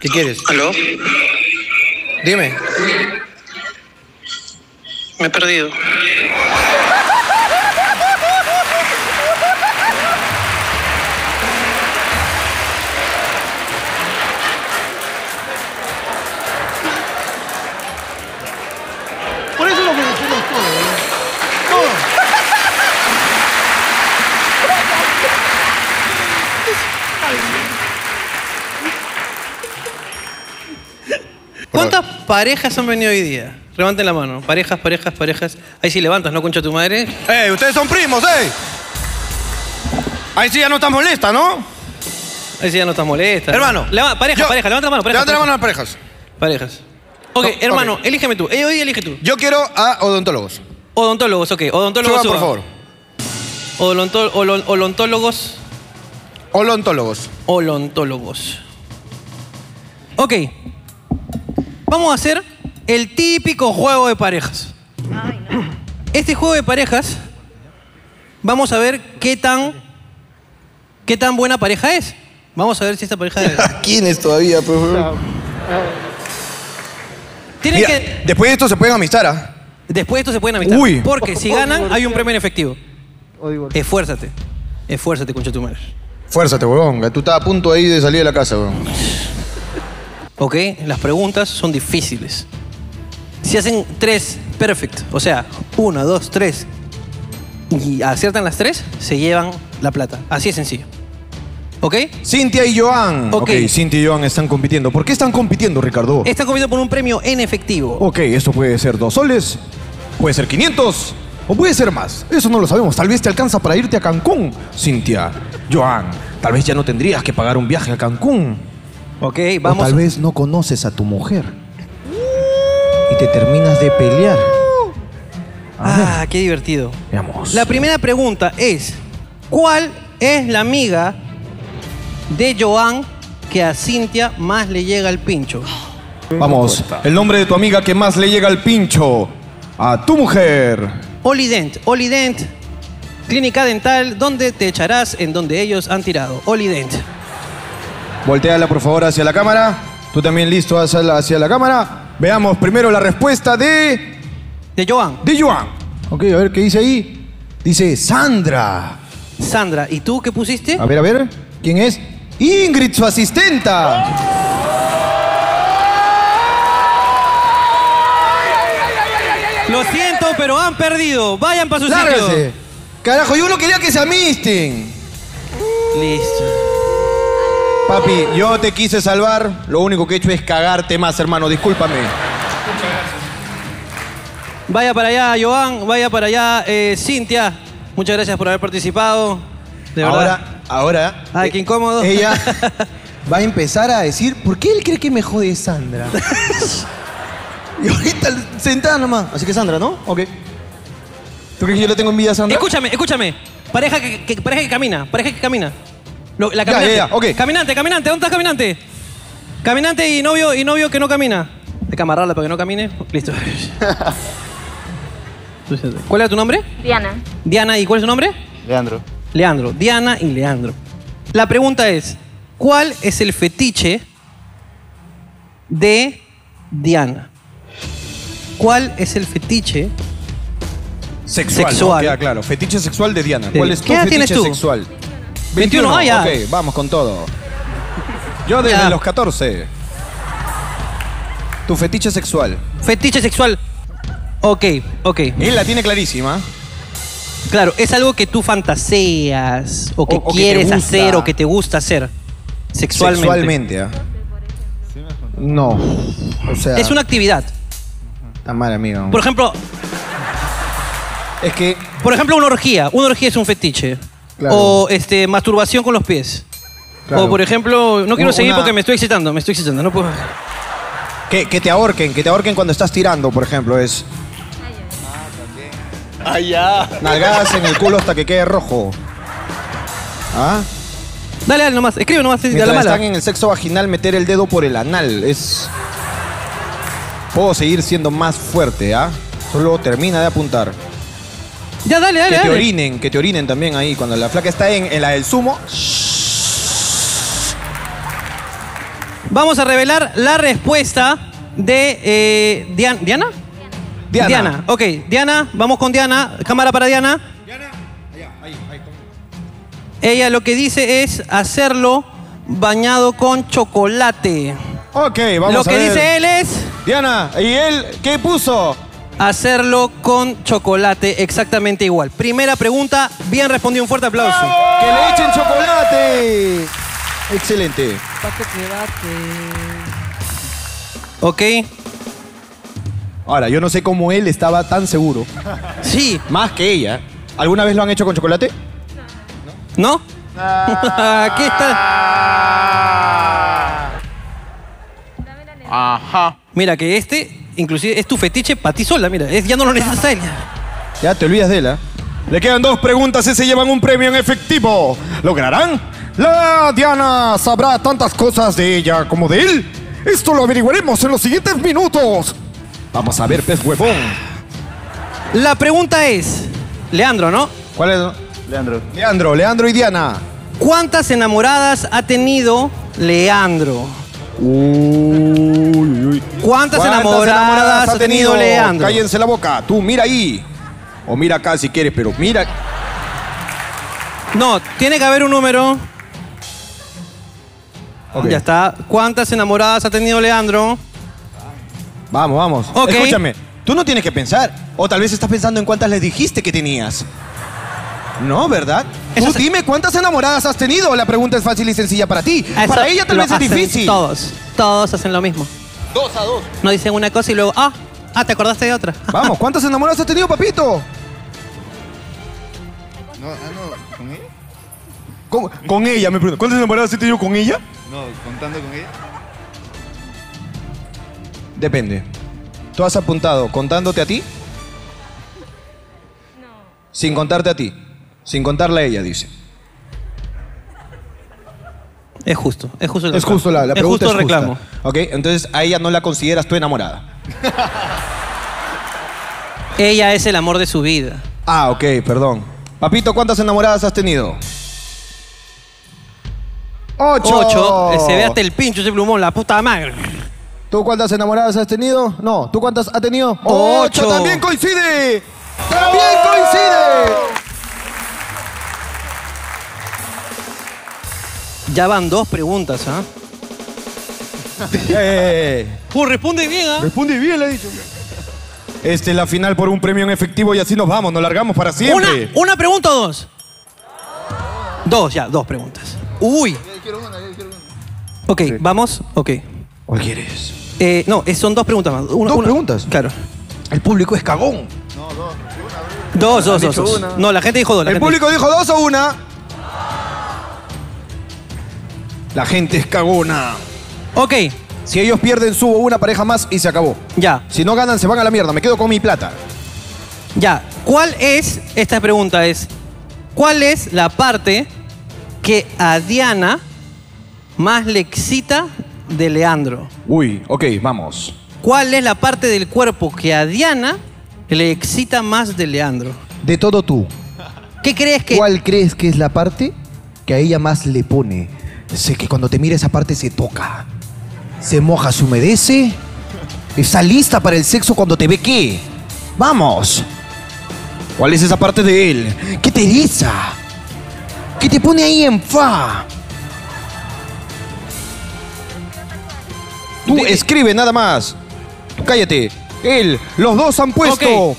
Speaker 7: ¿Qué quieres?
Speaker 25: ¿Aló?
Speaker 7: Dime.
Speaker 25: Me he perdido.
Speaker 5: Por eso lo merecemos todo, ¿eh? Todo.
Speaker 1: ¿Cuántas parejas han venido hoy día? Levanten la mano. Parejas, parejas, parejas. Ahí sí levantas, ¿no, concha tu madre?
Speaker 7: ¡Ey, ustedes son primos, ey! Ahí sí ya no estás molesta, ¿no?
Speaker 1: Ahí sí ya no estás molesta.
Speaker 7: Hermano,
Speaker 1: Leva- pareja, pareja, levanta la mano, pareja.
Speaker 7: Levanta la mano a
Speaker 1: pareja.
Speaker 7: las parejas.
Speaker 1: Parejas. Ok, hermano, elígeme tú. Eh, hoy elige tú.
Speaker 7: Yo quiero a odontólogos.
Speaker 1: Odontólogos, ok. Odontólogos.
Speaker 7: Suban, por favor.
Speaker 1: Odontó- olon- odontólogos.
Speaker 7: Olontólogos.
Speaker 1: Olontólogos. Ok. Vamos a hacer el típico juego de parejas. Este juego de parejas, vamos a ver qué tan, qué tan buena pareja es. Vamos a ver si esta pareja es...
Speaker 7: ¿Quién es todavía, pues?
Speaker 1: Tienen
Speaker 7: Mira,
Speaker 1: que-
Speaker 7: después de esto se pueden amistar, ¿ah?
Speaker 1: Después de esto se pueden amistar.
Speaker 7: Uy.
Speaker 1: Porque si ganan, hay un premio en efectivo. Esfuérzate. Esfuérzate, concha tu madre.
Speaker 7: Fuérzate, huevón. Tú estás a punto ahí de salir de la casa, huevón.
Speaker 1: ¿Ok? Las preguntas son difíciles. Si hacen tres, perfect. O sea, uno, dos, tres. Y aciertan las tres, se llevan la plata. Así es sencillo. ¿Ok?
Speaker 7: Cintia y Joan.
Speaker 1: Ok.
Speaker 7: ok, Cintia y Joan están compitiendo. ¿Por qué están compitiendo, Ricardo?
Speaker 1: Está comido por un premio en efectivo.
Speaker 7: Ok, esto puede ser dos soles, puede ser 500 o puede ser más. Eso no lo sabemos. Tal vez te alcanza para irte a Cancún, Cintia. Joan, tal vez ya no tendrías que pagar un viaje a Cancún.
Speaker 1: Ok,
Speaker 7: O
Speaker 1: vamos.
Speaker 7: tal vez no conoces a tu mujer y te terminas de pelear.
Speaker 1: Ah, qué divertido.
Speaker 7: Veamos.
Speaker 1: La primera pregunta es, ¿cuál es la amiga de Joan que a Cintia más le llega el pincho?
Speaker 7: Vamos, el nombre de tu amiga que más le llega al pincho. A tu mujer.
Speaker 1: Olident, Olident, clínica dental donde te echarás en donde ellos han tirado. Olident.
Speaker 7: Volteala por favor hacia la cámara. Tú también listo hacia la, hacia la cámara. Veamos primero la respuesta de...
Speaker 1: De Joan.
Speaker 7: De Joan. Ok, a ver qué dice ahí. Dice Sandra.
Speaker 1: Sandra, ¿y tú qué pusiste?
Speaker 7: A ver, a ver. ¿Quién es? Ingrid, su asistenta.
Speaker 1: Lo siento, pero han perdido. Vayan para su
Speaker 7: Lárgase.
Speaker 1: sitio.
Speaker 7: Carajo, yo no quería que se amisten.
Speaker 1: Listo.
Speaker 7: Papi, yo te quise salvar. Lo único que he hecho es cagarte más, hermano. Discúlpame.
Speaker 1: Vaya para allá, Joan. Vaya para allá, eh, Cintia. Muchas gracias por haber participado. De verdad.
Speaker 4: Ahora, ahora. eh,
Speaker 1: Ay, qué incómodo.
Speaker 4: Ella va a empezar a decir, ¿por qué él cree que me jode Sandra? y ahorita sentada nomás. Así que Sandra, ¿no? Ok. ¿Tú crees que yo le tengo envidia a Sandra?
Speaker 1: Escúchame, escúchame. Pareja que, que- pareja que camina, pareja que camina. Lo- la
Speaker 4: Ya,
Speaker 1: caminante.
Speaker 4: ya, ya, ok.
Speaker 1: Caminante, caminante, ¿dónde estás caminante? Caminante y novio y novio que no camina. Hay que amarrarla para que no camine. Listo. ¿Cuál era tu nombre?
Speaker 8: Diana.
Speaker 1: Diana, ¿y cuál es su nombre?
Speaker 8: Leandro.
Speaker 1: Leandro. Diana y Leandro. La pregunta es, ¿cuál es el fetiche de Diana? ¿Cuál es el fetiche?
Speaker 7: Sexual. ¿no?
Speaker 1: Sexual.
Speaker 7: Queda claro. Fetiche sexual de Diana.
Speaker 1: Sí.
Speaker 7: ¿Cuál es tu
Speaker 1: ¿Qué edad
Speaker 7: fetiche
Speaker 1: tienes tú?
Speaker 7: sexual?
Speaker 1: 21, ah, ya.
Speaker 7: Ok, vamos con todo. Yo desde
Speaker 1: Ya.
Speaker 7: los 14. Tu fetiche sexual.
Speaker 1: Fetiche sexual. Ok, ok.
Speaker 7: Él la tiene clarísima.
Speaker 1: Claro, es algo que tú fantaseas o que
Speaker 7: O- o que te
Speaker 1: quieres
Speaker 7: gusta.
Speaker 1: hacer o que te gusta hacer sexualmente.
Speaker 7: Sexualmente, ¿ah? No. O sea.
Speaker 1: Es una actividad.
Speaker 7: Está mal, amigo.
Speaker 1: Por ejemplo.
Speaker 7: Es que.
Speaker 1: Por ejemplo, una orgía. Una orgía es un fetiche.
Speaker 7: Claro.
Speaker 1: O este, masturbación con los pies.
Speaker 7: Claro.
Speaker 1: O por ejemplo, no quiero
Speaker 7: Una-
Speaker 1: seguir
Speaker 7: una-
Speaker 1: porque me estoy excitando, me estoy excitando, no puedo.
Speaker 7: Que, que te ahorquen, que te ahorquen cuando estás tirando, por ejemplo, es.
Speaker 11: Allá.
Speaker 7: Nalgadas en el culo hasta que quede rojo. ¿Ah?
Speaker 1: Dale, dale nomás, escribe nomás,
Speaker 7: Mientras
Speaker 1: la mala.
Speaker 7: están en el sexo vaginal, meter el dedo por el anal. Es. Puedo seguir siendo más fuerte, ¿ah? Solo termina de apuntar.
Speaker 1: Ya, dale, dale,
Speaker 7: que te
Speaker 1: dale.
Speaker 7: orinen, que te orinen también ahí. Cuando la flaca está en, en la del sumo.
Speaker 1: Vamos a revelar la respuesta de eh, Dian- Diana.
Speaker 7: Diana.
Speaker 1: ok. Diana, vamos con Diana. Cámara para Diana. Diana, Ella lo que dice es hacerlo bañado con chocolate.
Speaker 7: Ok, vamos
Speaker 1: Lo
Speaker 7: a
Speaker 1: que
Speaker 7: ver.
Speaker 1: dice él es...
Speaker 7: Diana, ¿y él qué puso?
Speaker 1: Hacerlo con chocolate exactamente igual. Primera pregunta, bien respondido, un fuerte aplauso.
Speaker 7: ¡Que le echen chocolate! Excelente.
Speaker 1: Ok.
Speaker 7: Ahora, yo no sé cómo él estaba tan seguro.
Speaker 1: Sí.
Speaker 7: Más que ella. ¿Alguna vez lo han hecho con chocolate?
Speaker 1: ¿No? Aquí está.
Speaker 11: Ajá.
Speaker 1: Mira que este, inclusive, es tu fetiche para ti sola, mira. Es, ya no lo necesitas a él.
Speaker 7: Ya te olvidas de él, ¿ah? Le quedan dos preguntas y se llevan un premio en efectivo. ¿Lograrán? La Diana sabrá tantas cosas de ella como de él. Esto lo averiguaremos en los siguientes minutos. Vamos a ver, pez huevón.
Speaker 1: La pregunta es, Leandro, ¿no?
Speaker 7: ¿Cuál es? Leandro. Leandro, Leandro y Diana.
Speaker 1: ¿Cuántas enamoradas ha tenido Leandro? ¿Cuántas, enamoradas, ha tenido, Leandro?
Speaker 7: Cállense la boca. Tú mira ahí. O mira acá si quieres, pero mira.
Speaker 1: No, tiene que haber un número.
Speaker 7: Ok.
Speaker 1: Ya está. ¿Cuántas enamoradas ha tenido Leandro?
Speaker 7: Vamos, vamos.
Speaker 1: Ok.
Speaker 7: Escúchame, tú no tienes que pensar. O tal vez estás pensando en cuántas les dijiste que tenías. No, ¿verdad? Tú dime cuántas enamoradas has tenido. La pregunta es fácil y sencilla para ti. para ella tal
Speaker 1: lo
Speaker 7: vez es
Speaker 1: hacen
Speaker 7: difícil.
Speaker 1: Todos, todos hacen lo mismo. Dos a dos. No dicen una cosa y luego, ah, ah, te acordaste de otra.
Speaker 7: Vamos, ¿cuántas enamoradas has tenido, papito?
Speaker 17: No, ah, no, ¿con ella?
Speaker 7: Con, con ella, me pregunto. ¿Cuántas enamoradas has tenido con ella?
Speaker 17: No, contando con ella.
Speaker 7: Depende. ¿Tú has apuntado contándote a ti? No. Sin contarte a ti. Sin contarla a ella, dice.
Speaker 1: Es justo, es justo el
Speaker 7: Es
Speaker 1: reclamo.
Speaker 7: justo la, la
Speaker 1: Es justo
Speaker 7: pregunta. es
Speaker 1: el
Speaker 7: justa.
Speaker 1: reclamo.
Speaker 7: Ok, entonces a ella no la consideras tu enamorada.
Speaker 1: Ella es el amor de su vida.
Speaker 7: Ah, ok, perdón. Papito, ¿cuántas enamoradas has tenido? ¡Ocho!
Speaker 1: Ocho, eh, se ve hasta el pincho ese plumón, la puta madre.
Speaker 7: ¿Tú cuántas enamoradas has tenido? No, ¿tú cuántas has tenido?
Speaker 1: Ocho.
Speaker 7: ¡También coincide! ¡También coincide!
Speaker 1: Ya van dos preguntas, ¿ah? Uh, responde bien, ¿ah?
Speaker 7: Eh. Responde bien, le he dicho. Este es la final por un premio en efectivo y así nos vamos, nos largamos para
Speaker 1: Una,
Speaker 7: siempre.
Speaker 1: una pregunta o dos. Dos, ya, dos preguntas. Uy. Ok, vamos. Ok.
Speaker 7: ¿Cuál quieres?
Speaker 1: Eh, no, es- son dos preguntas más. Una,
Speaker 7: ¿Dos
Speaker 1: una-
Speaker 7: preguntas?
Speaker 1: Claro.
Speaker 7: El público es cagón.
Speaker 1: Dos, dos,
Speaker 7: Han
Speaker 1: dos.
Speaker 7: dicho
Speaker 1: dos.
Speaker 7: una.
Speaker 1: No, la gente dijo dos. la
Speaker 7: ¿El
Speaker 1: gente
Speaker 7: público dijo dos o una? La gente es cagona.
Speaker 1: Ok.
Speaker 7: Si ellos pierden, subo una pareja más y se acabó.
Speaker 1: Ya.
Speaker 7: Si no ganan, se van a la mierda. Me quedo con mi plata.
Speaker 1: Ya, ¿cuál es, esta pregunta es, ¿cuál es la parte que a Diana más le excita de Leandro?
Speaker 7: Uy, ok, vamos.
Speaker 1: ¿Cuál es la parte del cuerpo que a Diana le excita más de Leandro?
Speaker 7: De todo tú.
Speaker 1: ¿Qué crees que...?
Speaker 7: ¿Cuál crees que es la parte que a ella más le pone? Sé que cuando te mira esa parte se toca. Se moja, se humedece. Está lista para el sexo cuando te ve qué. Vamos. ¿Cuál es esa parte de él? ¿Qué te eriza? ¿Qué te pone ahí en fa? Tú escribe nada más. Tú cállate. Él, los dos han puesto.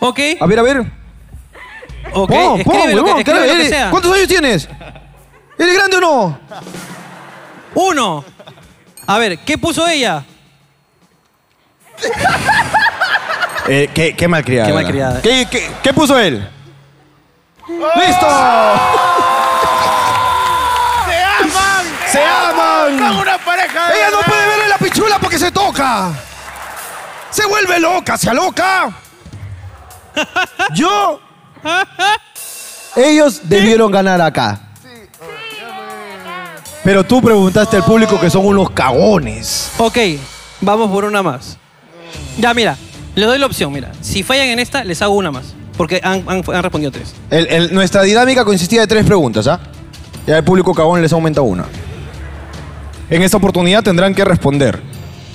Speaker 1: Ok.
Speaker 7: A ver, a ver.
Speaker 1: Ok,
Speaker 7: Pon, pon,
Speaker 1: escribe lo que-
Speaker 7: huevón,
Speaker 1: escribe lo que
Speaker 7: eres-
Speaker 1: sea.
Speaker 7: ¿Cuántos años tienes? ¿Eres grande o no?
Speaker 1: Uno. A ver, ¿qué puso ella?
Speaker 7: Eh, qué, qué malcriada.
Speaker 1: Qué malcriada.
Speaker 7: ¿Qué, qué- qué puso él? ¡Listo!
Speaker 10: ¡Se aman!
Speaker 7: ¡Se aman!
Speaker 10: ¡Son una pareja!
Speaker 7: ¡Ella no puede verle la pichula porque se toca! ¡Se vuelve loca! ¡Se aloca! ¡Yo! Ellos debieron ganar acá. Pero tú preguntaste al público que son unos cagones.
Speaker 1: Ok, vamos por una más. Ya, mira, les doy la opción, mira. Si fallan en esta, les hago una más. Porque han, han- han respondido tres.
Speaker 7: El- el- nuestra dinámica consistía de tres preguntas, ¿ah? Ya el público cagón les aumenta una. En esta oportunidad tendrán que responder.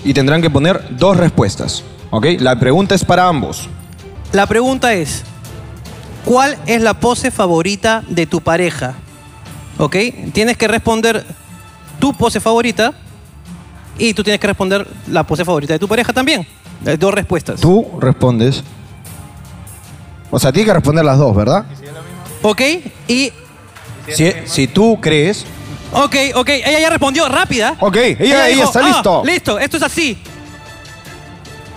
Speaker 7: Y tendrán que poner dos respuestas. ¿Ok? La pregunta es para ambos.
Speaker 1: La pregunta es, ¿cuál es la pose favorita de tu pareja? ¿Ok? Tienes que responder tu pose favorita y tú tienes que responder la pose favorita de tu pareja también. Hay dos respuestas.
Speaker 7: Tú respondes. O sea, tienes que responder las dos, ¿verdad?
Speaker 1: ¿Ok? Y...
Speaker 7: Si, si tú crees.
Speaker 1: Ok, ok, ella ya respondió, rápida.
Speaker 7: Ok, ella, ella
Speaker 1: dijo,
Speaker 7: está
Speaker 1: "Ah,
Speaker 7: listo.
Speaker 1: Listo, esto es así.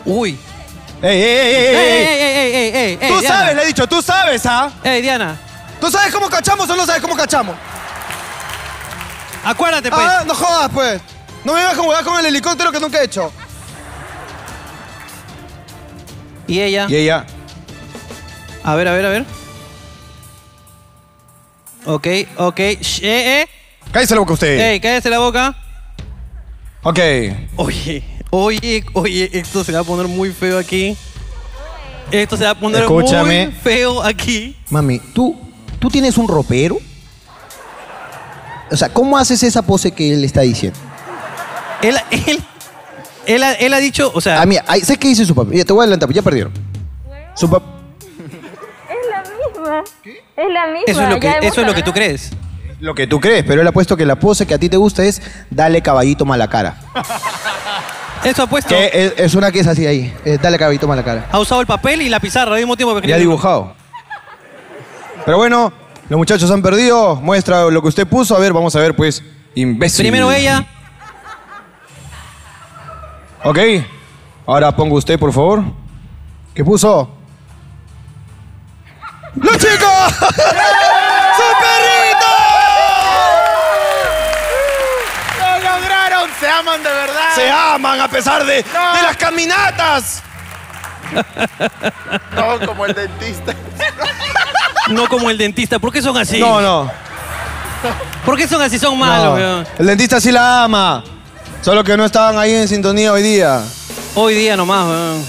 Speaker 1: Uy.
Speaker 7: ¡Ey, ey, ey, ey, ey, ey.
Speaker 1: ey, ey, ey, ey,
Speaker 7: Tú
Speaker 1: Diana.
Speaker 7: sabes, le he dicho, tú sabes, ¿ah?
Speaker 1: Ey, Diana.
Speaker 7: ¿Tú sabes cómo cachamos o no sabes cómo cachamos?
Speaker 1: Acuérdate, pues.
Speaker 7: Ah, no jodas, pues. No me vengas con jugar con el helicóptero que nunca he hecho.
Speaker 1: Y ella.
Speaker 7: Y ella.
Speaker 1: A ver, a ver, a ver. Ok, ok. Sh- eh, eh.
Speaker 7: Cállese la boca usted.
Speaker 1: Ey, cállese la boca.
Speaker 7: Ok.
Speaker 1: Oye, oye, oye, esto se va a poner muy feo aquí. Esto se va a poner
Speaker 7: Escúchame.
Speaker 1: muy feo aquí.
Speaker 7: Mami, ¿tú, tú tienes un ropero. O sea, ¿cómo haces esa pose que él está diciendo?
Speaker 1: Él, él, él, ha- él ha dicho, o sea.
Speaker 7: Ah, mira, ahí- ¿sabes qué dice su papá? Mira, te voy a adelantar, pues, ya perdieron. Su papá.
Speaker 20: Es la misma. Es la misma.
Speaker 1: Eso es lo que,
Speaker 20: ya hemos
Speaker 1: eso es lo que tú
Speaker 20: hablado.
Speaker 1: crees.
Speaker 7: Lo que tú crees, pero él ha puesto que la pose que a ti te gusta es dale caballito mala cara.
Speaker 1: Eso ha puesto.
Speaker 7: Que es, es una que es así ahí. es dale caballito mala cara.
Speaker 1: Ha usado el papel y la pizarra al mismo tiempo. que
Speaker 7: Ya
Speaker 1: escribió.
Speaker 7: dibujado. Pero bueno, Los muchachos han perdido. Muestra lo que usted puso. A ver, vamos a ver, pues. Imbécil.
Speaker 1: Primero ella.
Speaker 7: Ok. Ahora pongo usted, por favor. ¿Qué puso? ¡La chica! ¡Su
Speaker 10: ¡Lo lograron! ¡Se aman de verdad!
Speaker 7: Se aman a pesar de, de las caminatas.
Speaker 10: No, como el dentista.
Speaker 1: No como el dentista. ¿Por qué son así?
Speaker 7: No, no.
Speaker 1: ¿Por qué son así? Son malos,
Speaker 7: No.
Speaker 1: weón.
Speaker 7: El dentista sí la ama. Solo que no estaban ahí en sintonía hoy día.
Speaker 1: Hoy día nomás, weón.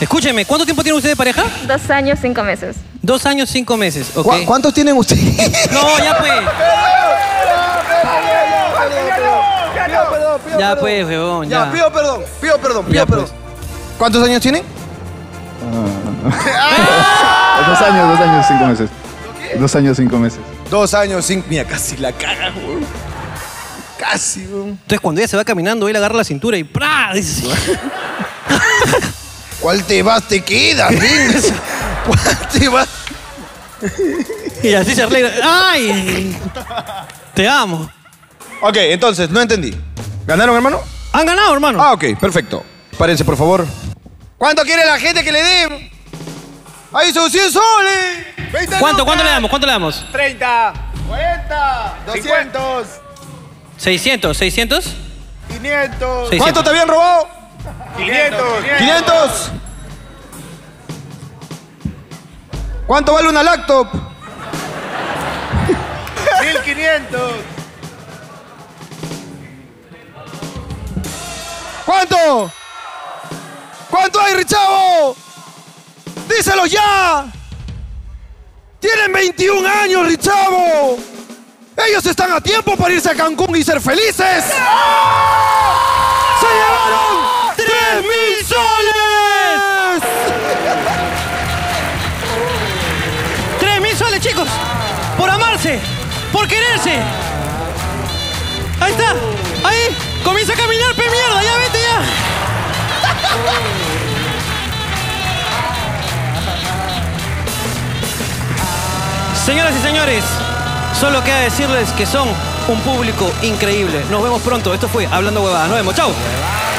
Speaker 1: Escúcheme, ¿cuánto tiempo tienen ustedes de pareja?
Speaker 8: Dos años, cinco meses.
Speaker 1: Dos años, cinco meses. ok.
Speaker 7: ¿Cu- ¿Cuántos tienen ustedes?
Speaker 1: No, ya pues. Ya pues, weón. Ya.
Speaker 7: pido perdón, pido perdón, pido perdón. ¿Cuántos años tienen?
Speaker 17: Dos años, dos años, cinco meses. Dos años, cinco meses.
Speaker 7: Dos años, cinco. Mira, casi la caga, weón. Casi, weón.
Speaker 1: Entonces cuando ella se va caminando, él agarra la cintura y ¡pra! Dice,
Speaker 4: ¿Cuál te vas? Te quedas,
Speaker 1: ven.
Speaker 4: ¿Cuál te vas?
Speaker 1: Y así se arregla. ¡Ay! Te amo.
Speaker 7: Ok, entonces, no entendí. ¿Ganaron, hermano?
Speaker 1: Han ganado, hermano.
Speaker 7: Ah, ok, perfecto. Párense, por favor.
Speaker 10: ¿Cuánto quiere la gente que le den? ¡Ahí son 100 soles! ¡20
Speaker 1: ¿Cuánto,
Speaker 10: lucas!
Speaker 1: cuánto le damos? ¿Cuánto le damos?
Speaker 10: 30, 40, 200,
Speaker 1: 600, 600.
Speaker 10: 500.
Speaker 1: 600. ¿Cuánto te
Speaker 7: habían robado?
Speaker 10: 500.
Speaker 7: 500. ¿Cuánto vale una laptop?
Speaker 10: 1500.
Speaker 7: ¿Cuánto? ¿Cuánto hay, Richavo? ¡Díselo ya! ¡Tienen 21 años, Richavo! ¡Ellos están a tiempo para irse a Cancún y ser felices! ¡Se llevaron 3 mil soles!
Speaker 1: ¡Tres mil soles, chicos! ¡Por amarse! ¡Por quererse! ¡Ahí está! ¡Ahí! ¡Comienza a caminar, pe mierda! ¡Ya vete ya! Señoras y señores, solo queda decirles que son un público increíble. Nos vemos pronto. Esto fue Hablando Huevadas. Nos vemos. ¡Chao!